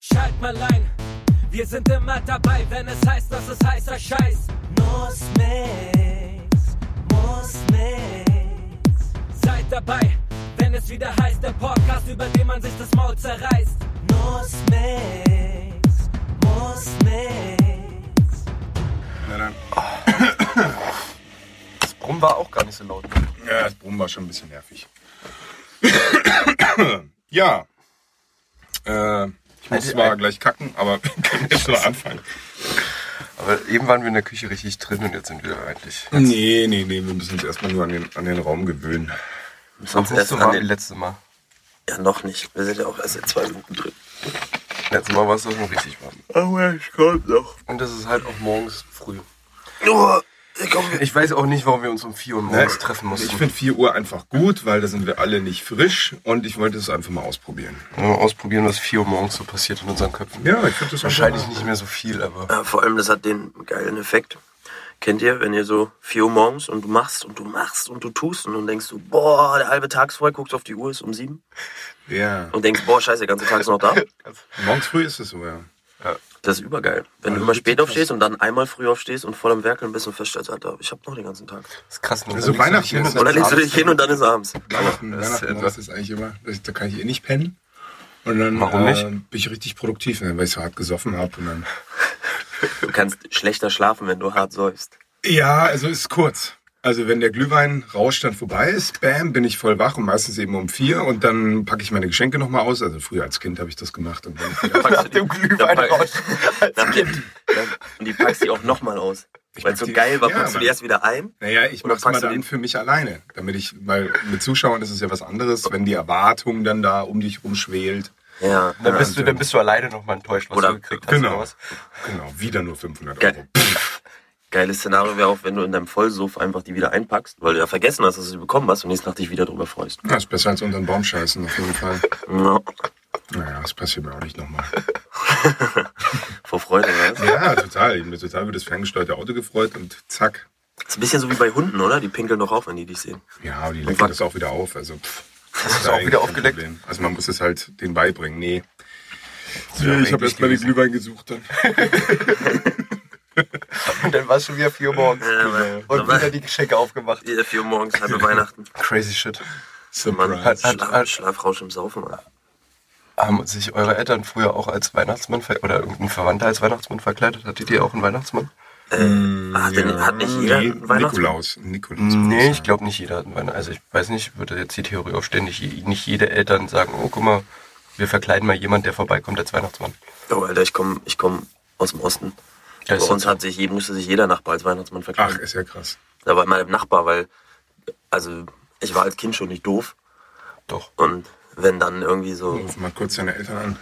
Schalt mal ein, wir sind immer dabei, wenn es heißt, dass es heißer Scheiß. Muss nix, muss nix, Seid dabei, wenn es wieder heißt, der Podcast, über den man sich das Maul zerreißt. muss nix, muss nix. Na dann. Das Brummen war auch gar nicht so laut. Ja, das Brummen war schon ein bisschen nervig. ja. Äh, ich muss Hatte- zwar gleich kacken, aber wir können jetzt schon anfangen. Aber eben waren wir in der Küche richtig drin und jetzt sind wir eigentlich. Nee, nee, nee, wir müssen uns erstmal nur an den, an den Raum gewöhnen. Sonst erst erst an war den- das letzte Mal. Ja, noch nicht. Wir sind ja auch erst seit zwei Minuten drin. Letztes Mal war es doch schon richtig warm. Aber ich komm noch. Und das ist halt auch morgens früh. Oh, ich komm Ich weiß auch nicht, warum wir uns um 4 Uhr morgens treffen mussten. Ich finde 4 Uhr einfach gut, weil da sind wir alle nicht frisch und ich wollte es einfach mal ausprobieren. Wollen wir ausprobieren, was 4 Uhr morgens so passiert in unseren Köpfen. Ja, ich finde das Wahrscheinlich nicht mehr so viel, aber. Ja, vor allem, das hat den geilen Effekt. Kennt ihr, wenn ihr so 4 Uhr morgens und du machst und du machst und du tust und dann denkst du, boah, der halbe Tag ist voll, guckst auf die Uhr, ist um sieben Ja. und denkst, boah, scheiße, der ganze Tag ist noch da. Morgens früh ist es so, ja. Das ist übergeil. Wenn du Also immer richtig spät krass. aufstehst und dann einmal früh aufstehst und voll am Werkeln bist und feststellst, Alter, ich hab noch den ganzen Tag. Das ist krass. ne? Also Dann legst du dich Weihnachten hin ist und ja Und dann dann legst du dich abends- hin und dann ist abends. Weihnachten, das ist Weihnachten etwas- morgens ist eigentlich immer, da kann ich eh nicht pennen. Und dann ähm, Warum nicht? bin ich richtig produktiv, ne, weil ich so hart gesoffen habe. Und dann Du kannst schlechter schlafen, wenn du hart säufst. Ja, also ist kurz. Also wenn der Glühwein-Rausch dann vorbei ist, bam, bin ich voll wach und meistens eben um vier und dann packe ich meine Geschenke nochmal aus. Also früher als Kind habe ich das gemacht. Und dann, Packst du die- dem Glühwein dann pack- raus. Dann- dann- Und die packst du auch nochmal aus. Weil es pack so die- geil war, Ja, packst du die Mann. erst wieder ein. naja, ich Oder mache es mal packst du dann den- für mich alleine, damit ich, weil mit Zuschauern ist es ja was anderes, wenn die Erwartung dann da um dich rumschwelt. Ja. Dann bist, du, dann bist du alleine nochmal enttäuscht, was Oder- du gekriegt hast. Genau. oder was. Genau, wieder nur 500 Geil. Euro. Geiles Szenario wäre auch, wenn du in deinem Vollsuff einfach die wieder einpackst, weil du ja vergessen hast, dass du sie bekommen hast und nächste Nacht dich wieder drüber freust. Das ist besser als unter den Baum scheißen, auf jeden Fall. Ja. Naja, das passiert mir auch nicht nochmal. Vor Freude, weißt du? Ja, total. Ich bin total über das ferngesteuerte Auto gefreut und zack. Ist ein bisschen so wie bei Hunden, oder? Die pinkeln doch auf, wenn die dich sehen. Ja, aber die lecken das auch wieder auf. Also, pff, das ist auch wieder aufgedeckt? Also man muss es halt den beibringen. Nee. wäre ich habe eklig erst mal den gewesen. Glühwein gesucht. Dann. Und dann war es schon wieder 4 Uhr morgens. aber- Und wieder die Geschenke aufgemacht. Die Vier Uhr morgens, halbe Weihnachten. Crazy shit. Mann, Surprise. Hat- hat- Schla hat- Schlafrausch im Saufen, oder? Haben sich eure Eltern früher auch als Weihnachtsmann ver oder irgendein Verwandter als Weihnachtsmann verkleidet? Hattet ihr auch einen Weihnachtsmann? Hat, denn, hat nicht jeder Nee, einen Weihnachts- Nikolaus. Nikolaus Nee, ich glaube nicht jeder hat einen Weihnachtsmann. Also ich weiß nicht, würde jetzt die Theorie aufstehen, nicht, je- nicht jede Eltern sagen, oh guck mal, wir verkleiden mal jemanden, der vorbeikommt als Weihnachtsmann. Oh, Alter, ich komme ich komm aus dem Osten. Ja, ist bei das uns so? hat sich, je- musste sich jeder Nachbar als Weihnachtsmann Ach, verkleiden. ist ja krass. Da war mein Nachbar, weil, also, ich war als Kind schon nicht doof. Doch. Und wenn dann irgendwie so. Ruf mal kurz deine Eltern an.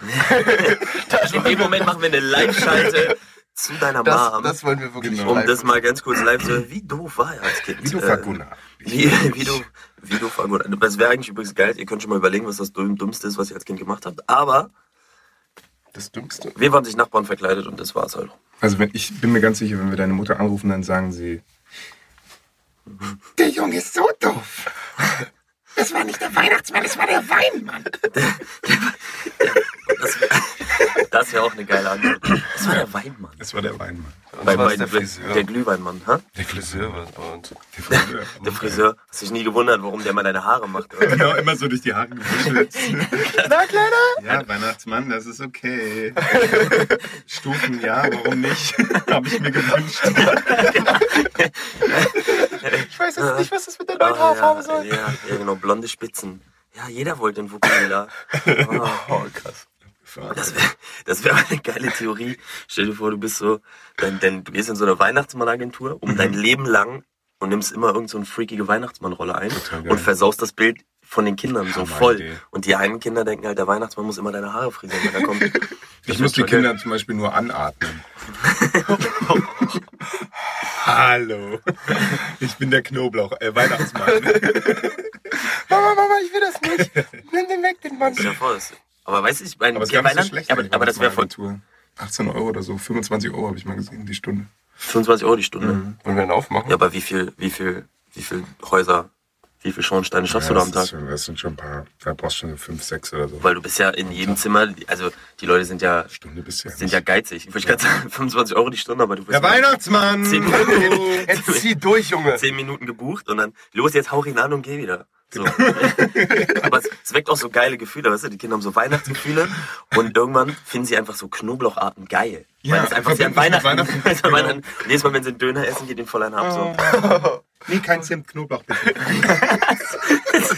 In dem Moment machen wir eine Live-Schalte zu deiner Mom. wollen wir wirklich Genau. live- um das mal ganz kurz live zu Wie doof war er als Kind? Wie du Äh, Faguna. Wie, wie du, wie du Faguna. Das wäre eigentlich übrigens geil. Ihr könnt schon mal überlegen, was das Dumm- Dummste ist, was ihr als Kind gemacht habt. Aber Das Dümmste. wir waren sich Nachbarn verkleidet und das war's halt. Also wenn, ich bin mir ganz sicher, wenn wir deine Mutter anrufen, dann sagen sie... Der Junge ist so doof. Das war nicht der Weihnachtsmann, das war der Weinmann. Das wäre das wär auch eine geile Antwort. Das war der Weinmann. Das war der Weinmann. Bei war's beiden- der Friseur. der Glühweinmann, ha? Der Friseur war bei uns. Der Friseur. Hast dich nie gewundert, warum der mal deine Haare macht. Oder? Genau, immer so durch die Haare gewischelt. Na, Kleiner? Ja, Weihnachtsmann, das ist okay. Stufen, ja, warum nicht? Habe ich mir gewünscht. Ich weiß jetzt nicht, was das mit der Ah, ja, ja, ja, genau, blonde Spitzen. Ja, jeder wollte einen Vokuhila. Oh, Oh, krass. das wäre das wär eine geile Theorie. Stell dir vor, du bist so, dein, dein, du gehst in so eine Weihnachtsmann-Agentur um Mhm. dein Leben lang und nimmst immer irgendeine so eine freakige Weihnachtsmann-Rolle ein geil. und versaust das Bild von den Kindern so Hammer voll. Idee. Und die einen Kinder denken halt, der Weihnachtsmann muss immer deine Haare frisieren, wenn er kommt. Ich muss die Kinder zum Beispiel nur anatmen. Hallo. Ich bin der Knoblauch, äh, Weihnachtsmann. Mama, Mama, ich will das nicht. Nimm den weg, den Mann. Ja, voll. ist- Aber weißt du, ich meine, Aber es der gab nicht so Weihnacht- schlecht. ja, aber, aber das wäre voll Tour. 18 Euro oder so, 25 Euro habe ich mal gesehen, die Stunde. 25 Euro die Stunde. Mhm. Wollen wir ihn aufmachen? Ja, aber wie viel, wie viel, wie viel Häuser, Wie viele Schornsteine schaffst du da das am Tag? ist Schon, das sind schon ein paar. Da brauchst du schon so fünf, sechs oder so. Weil du bist ja in jedem Zimmer, also die Leute sind ja, Stunde bist du ja sind nicht. ja geizig. Ich würde gerade sagen, 25 Euro die Stunde, aber du bist Der Weihnachtsmann! Zehn Hallo! Jetzt zieh durch, Junge. 10 Minuten gebucht und dann, los, jetzt hau ihn an und geh wieder. So. aber es, es weckt auch so geile Gefühle, weißt du? Die Kinder haben so Weihnachtsgefühle und irgendwann finden sie einfach so Knoblaucharten geil. Ja, weil es einfach sie an verbinden mit Weihnachten. Weihnachten, Oh. Weihnachten. genau. Weihnachten. Jedes Mal, wenn sie einen Döner essen, geht den voll einen ab. So. nee, kein Zimt, Knoblauch bitte. Das,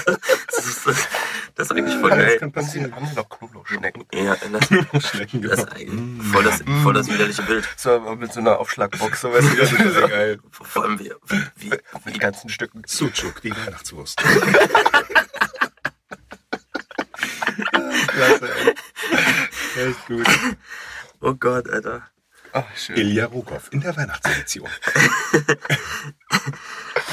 ist, das ist eigentlich voll Das geil. kann passieren. Haben wir noch Knoblauchschnecken? Ja, das, das Schnecken, ist eigentlich voll das, voll das widerliche Bild. So, mit so einer Aufschlagbox, so weißt du, das ist so geil. Vor allem, wie, wie, Mit ganzen Stücken. Ah, Sucuk, die Weihnachtswurst. Das ist gut. oh Gott, Alter. Ach, schön. Ilja Rogoff in der Weihnachtsedition.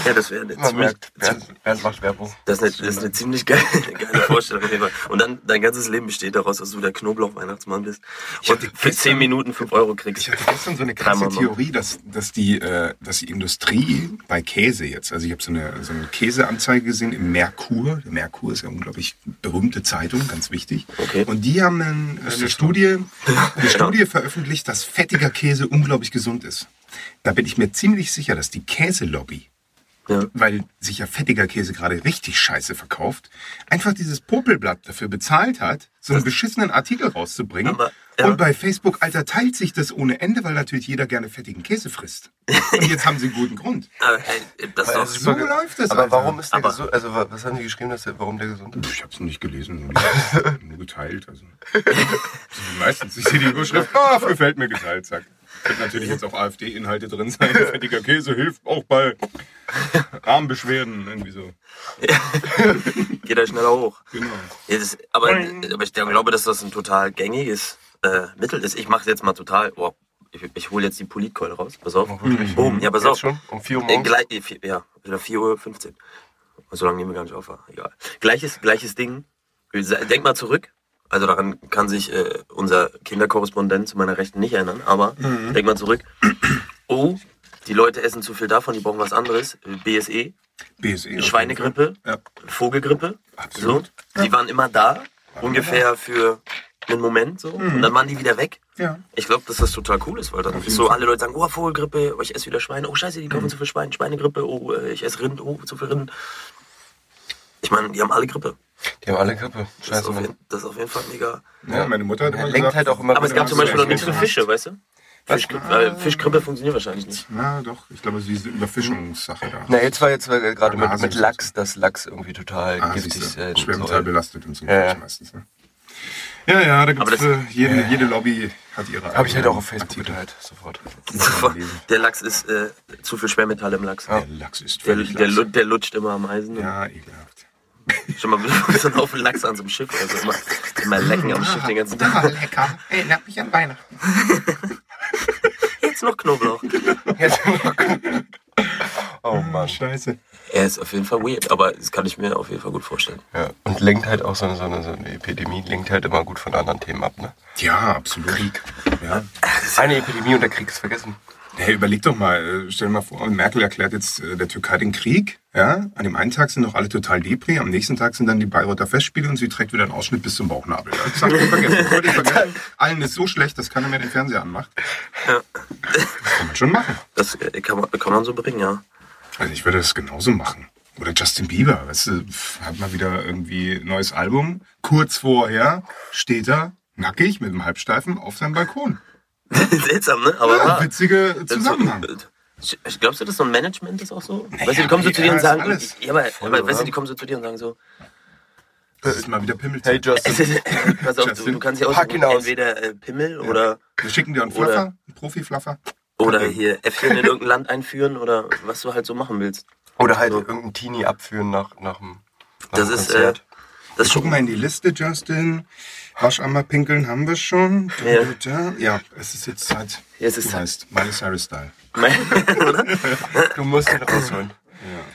Ja, das wäre eine Man ziemlich, merkt, Bernd, Bernd macht Werbung. Das ist eine, das ist eine ziemlich geile, geile Vorstellung. auf jeden Fall. Und dann dein ganzes Leben besteht daraus, dass du der Knoblauch-Weihnachtsmann bist und hatte für gestern- 10 Minuten 5 Euro kriegst. Ich hatte gestern so eine krasse Dreimal noch. Theorie, dass, dass, die, äh, dass die Industrie bei Käse jetzt, also ich habe so eine, so eine Käseanzeige gesehen im Merkur. Der Merkur ist ja unglaublich berühmte Zeitung, ganz wichtig. Okay. Und die haben einen, äh, eine, Studie, eine Studie veröffentlicht, dass fettiger Käse unglaublich gesund ist. Da bin ich mir ziemlich sicher, dass die Käselobby Ja. weil sich ja fettiger Käse gerade richtig scheiße verkauft, einfach dieses Popelblatt dafür bezahlt hat, so einen beschissenen Artikel rauszubringen. Aber, ja. Und bei Facebook, Alter, teilt sich das ohne Ende, weil natürlich jeder gerne fettigen Käse frisst. Und jetzt haben sie einen guten Grund. Aber, Ah, ey, das Weil ist doch es ist so ge- läuft das, Aber Alter. warum ist der Aber- gesund? Also, wa- was haben die geschrieben, dass der, warum der gesund ist? Ich hab's nicht gelesen, nur- nur geteilt. Also. Meistens, ich sehe die Überschrift, ah, gefällt mir geteilt, zack. Könnte natürlich jetzt auch AfD-Inhalte drin sein. Fettiger Käse hilft auch bei Armbeschwerden, irgendwie so. geht er schneller hoch. Genau. Ja, das, aber, aber ich glaube, dass das ein total gängiges äh, Mittel ist. Ich mache jetzt mal total. Boah, ich, ich hole jetzt die Politkeule raus. Pass auf. Boom. Ja, pass Jetzt auf. schon? Um 4 Uhr Äh, morgens? gleich, äh, vier- ja, oder 4.15 Uhr. So lange nehmen wir gar nicht auf. war Egal. Gleiches, gleiches Ding. Denk mal zurück. Also daran kann sich äh, unser Kinderkorrespondent zu meiner Rechten nicht erinnern, aber denk mal zurück. Oh, die Leute essen zu viel davon, die brauchen was anderes. BSE, BSE. Schweinegrippe, Ja. Vogelgrippe. Absolut. So. Die waren immer da, Mhm. ungefähr für einen Moment so. Und dann waren die wieder weg. Ja. Ich glaube, dass das total cool ist, weil dann ist so, alle Leute sagen, oh, Vogelgrippe, oh, ich esse wieder Schweine, oh scheiße, die kaufen zu viel Schwein, Schweinegrippe, oh, äh, ich esse Rind, oh, zu viel Rind. Ich meine, die haben alle Grippe. Die haben alle Grippe. Das, ist Scheiße, auf, Mann. jeden- das ist auf jeden Fall mega. Ja, meine Mutter hat Ja, immer lenkt gesagt, halt auch immer- Aber es gab zum Beispiel noch nichts für Hast- Fische, weißt du? Fischgrippe, äh, Fischgrippe funktioniert wahrscheinlich nicht. Na doch, ich glaube, es ist diese Überfischungssache da. Na, jetzt war jetzt war gerade Ja, mit, mit Hasen- Lachs, dass Lachs irgendwie total ah, giftig ist. siehste, Äh, Schwermetall so, äh, belastet und so Ja, ja. meistens. Ne? Ja, ja, da gibt Aber es das- äh, jede, jede Lobby hat ihre Habe ich halt eigenen auch auf Facebook Artikel. geteilt, sofort. Der Lachs ist äh, zu viel Schwermetalle im Lachs. Der Lachs ist Der, völlig der, Lachs. lu- der lutscht immer am Eisen. und- Ja, ekelhaft. Schon mal so einen Haufen Lachs an so einem Schiff. Also immer, immer lecken am Schiff den ganzen Tag. Ah, lecker. Erinnert mich an Weihnachten. Jetzt noch Knoblauch. Oh Mann. Scheiße. Er ist auf jeden Fall weird, aber das kann ich mir auf jeden Fall gut vorstellen. Ja. Und lenkt halt auch so eine, so, eine, so eine Epidemie, lenkt halt immer gut von anderen Themen ab. Ne? Ja, absolut. Krieg. Ja. Eine Epidemie und der Krieg ist vergessen. Hey, überleg doch mal, äh, stell dir mal vor, Merkel erklärt jetzt äh, der Türkei den Krieg. Ja? An dem einen Tag sind noch alle total depri, am nächsten Tag sind dann die Bayreuther Festspiele und sie trägt wieder einen Ausschnitt bis zum Bauchnabel. Ja? Das hab ich vergessen. Wollte ich vergessen. Allen ist so schlecht, dass keiner mehr den Fernseher anmacht. Das kann man schon machen. Das äh, kann man, kann man so bringen, ja. Also ich würde das genauso machen. Oder Justin Bieber, weißt du, pf, hat mal wieder irgendwie ein neues Album. Kurz vorher steht er nackig mit einem Halbsteifen auf seinem Balkon. Seltsam, ne? Aber Ja, wahr. witzige Das ist Zusammenhang. So, äh, glaubst du, dass so ein Management ist auch so? weißt du, ja, die kommen so zu ja, dir und ist sagen, alles. ja, aber, Voll, aber weißt oder? du, die kommen so zu dir und sagen so, Das ist mal wieder Pimmelzeit. Hey Justin, pass auf, du, Justin, du kannst ja pack ihn aussuchen, aus. entweder äh, Pimmel oder, Wir schicken dir einen Oder- Fluffer, einen Profi-Fluffer. oder hier Äffchen in irgendein Land einführen oder was du halt so machen willst. oder halt So. irgendeinen Teenie abführen nach, nach dem nach Das dem ist, äh, das ist Guck schon, mal in die Liste, Justin. Waschammer pinkeln haben wir schon. Ja. Da, da, da. ja, es ist jetzt Zeit. Jetzt ist du Zeit. weißt, Miley Cyrus Style. Du musst ihn rausholen.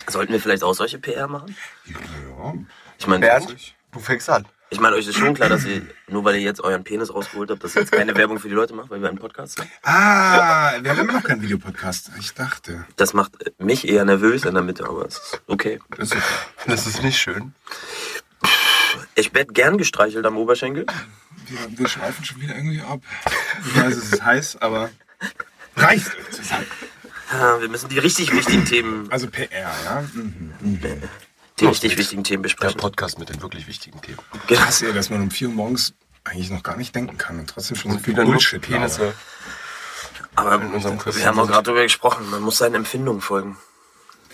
sollten wir vielleicht auch solche PR machen? Ja, Ich meine, Bernd, du fängst an. Ich meine, euch ist schon klar, dass ihr, nur weil ihr jetzt euren Penis rausgeholt habt, dass ihr jetzt keine Werbung für die Leute macht, weil wir einen Podcast sind. Ah, wir haben immer noch keinen Videopodcast. Ich dachte. Das macht äh, mich eher nervös in der Mitte, aber es ist okay. Das ist okay. Das ist nicht schön. Ich werd gern gestreichelt am Oberschenkel. wir, wir schweifen schon wieder irgendwie ab. Ich weiß, es ist heiß, aber reicht. Ah, Wir müssen die richtig wichtigen Themen, Also PR, ja. Mhm. die richtig wichtigen Themen Der besprechen. Podcast mit den wirklich wichtigen Themen. Krass, ey, dass man um 4 Uhr morgens eigentlich noch gar nicht denken kann und trotzdem schon so viel Wieder nur Bullshit labert. Penisse. Genau. Aber in unserem wir haben auch gerade darüber gesprochen, man muss seinen Empfindungen folgen.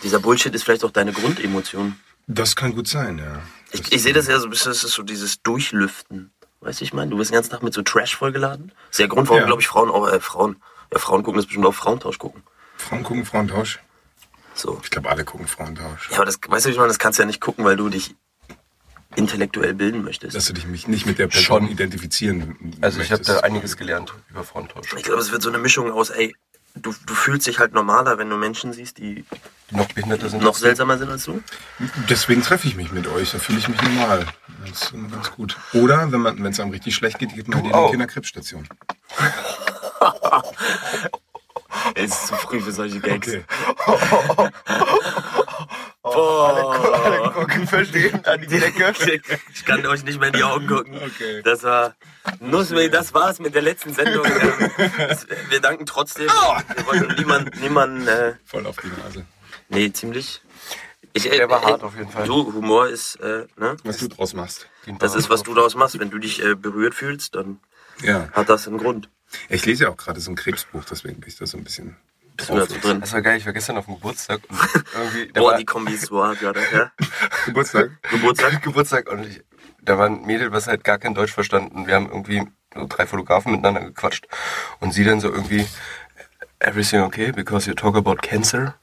Dieser Bullshit ist vielleicht auch deine Grundemotion. Das kann gut sein, ja. Ich, ich sehe das ja so ein bisschen, es ist so dieses Durchlüften. Weißt du, ich meine, du bist den ganzen Tag mit so Trash vollgeladen. Das ist der Grund, warum, Ja. glaube ich, Frauen auch, äh, Frauen, ja, Frauen gucken das bestimmt auch Frauentausch gucken. Frauen gucken Frauentausch. So. Ich glaube, alle gucken Frauentausch. Ja, aber das, weißt du, ich meine, das kannst du ja nicht gucken, weil du dich intellektuell bilden möchtest. Dass du dich mich nicht mit der Person Schon. identifizieren Also ich habe da möchtest. einiges gelernt über Frauentausch. ich glaube, es wird so eine Mischung aus, ey, du, du fühlst dich halt normaler, wenn du Menschen siehst, die Die noch Behinderte sind noch seltsamer sind als du. Deswegen treffe ich mich mit euch, da fühle ich mich normal. Das ist immer ganz gut. Oder wenn man, wenn es einem richtig schlecht geht, geht man halt in die auch. Kinderkrebsstation. Es ist zu früh für solche Gags. Okay. Gucken verstehen an die Decke. Ich kann euch nicht mehr in die Augen gucken. Okay. Das war. Nussmehl, das war's mit der letzten Sendung. Ähm, es- Wir danken trotzdem. Wir wollten niemanden. Niemand, äh, Voll auf die Nase. nee, ziemlich. Ich, äh, Der war äh, hart auf jeden Fall. Du, Humor ist. Äh, ne? Was du draus machst. Das ist, was du daraus machst. Wenn du dich äh, berührt fühlst, dann Ja. hat das einen Grund. Ich lese ja auch gerade so ein Krebsbuch, deswegen bin ich da so ein bisschen. Bist du da so drin? Das war geil, ich war gestern auf dem Geburtstag und irgendwie. da Boah, war- die Kombi ist so hart gerade. Ja? Geburtstag? Geburtstag? Geburtstag und ich, da war ein Mädel, was halt gar kein Deutsch verstand und wir haben irgendwie so drei Fotografen miteinander gequatscht und sie dann so irgendwie Everything okay because you talk about cancer?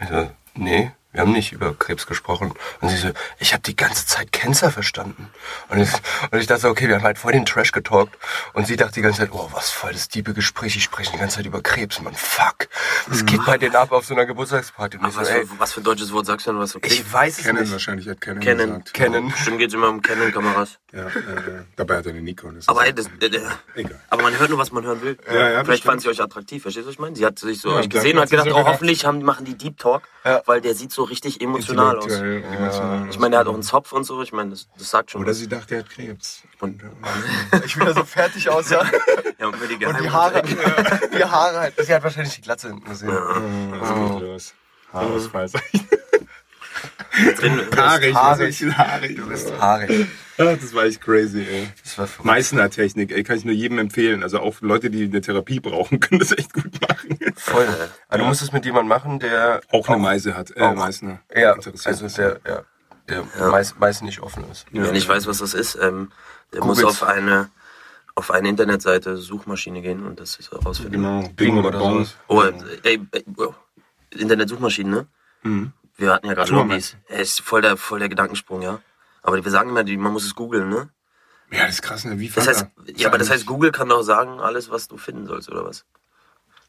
Ich so, nee, wir haben nicht über Krebs gesprochen. Und sie so, ich habe die ganze Zeit Cancer verstanden. Und ich, und ich dachte so, okay, wir haben halt voll den Trash getalkt und sie dachte die ganze Zeit, oh, was voll das diebe Gespräch, ich spreche die ganze Zeit über Krebs, Mann, fuck. Was geht bei denen ab auf so einer Geburtstagsparty? Und ich so, Was ey, für, was für ein deutsches Wort sagst du denn, was okay? ich weiß es Kennen nicht. wahrscheinlich, hat Kennen Canon. gesagt. Kennen. Bestimmt geht's immer um Canon-Kameras. Ja, äh, dabei hat er eine Nikon. das ist Aber, auch- ey, das, äh, äh, Egal. aber man hört nur, was man hören will. ja, Vielleicht bestimmt. fand sie euch attraktiv, verstehst du, was ich meine? Sie hat sich so Ja, euch vielleicht gesehen hat und hat sie gedacht, so oh, gedacht. hoffentlich haben, machen die Deep Talk, Ja. weil der sieht so richtig emotional aus. Intellektuell, emotional. Ich meine, der hat auch einen Zopf und so, ich meine, das, das sagt schon. Oder was. sie dachte, er hat Krebs. Und- Ich wieder so fertig aussah. ja, und für die, Und die Geheimnisse- Haare, die Haare halt. Sie hat wahrscheinlich die Glatze hinten gesehen. Was ist mit los? Haarausfall. Drin, Haarig, Haarig. haarig, haarig. Junge. Haare. Ah, Das war echt crazy, ey. Das war verrückt. Meißner-Technik, ey, kann ich nur jedem empfehlen. Also auch Leute, die eine Therapie brauchen, können das echt gut machen. voll. Aber du musst es mit jemandem machen, der. Auch eine Meise hat, äh, auch- Meißner. Ja, Interessiert. also der, ja, der meist, meist nicht offen ist. Wenn ich weiß, was das ist, ähm, der Googles. muss auf eine, auf eine Internetseite, Suchmaschine gehen und das herausfinden. Genau, Bing Bing oder oder Bong. sowas. Oh, ey, ey, oh. Internet-Suchmaschinen, ne? Wir hatten ja gerade Tour, Lobbys. Ey, ist voll der, voll der Gedankensprung, ja. Aber wir sagen immer, die- man muss es googeln, ne? Ja, das ist krass, ne? Wie Das heißt, fand er? ja, aber das heißt, Google kann doch sagen, alles, was du finden sollst, oder was?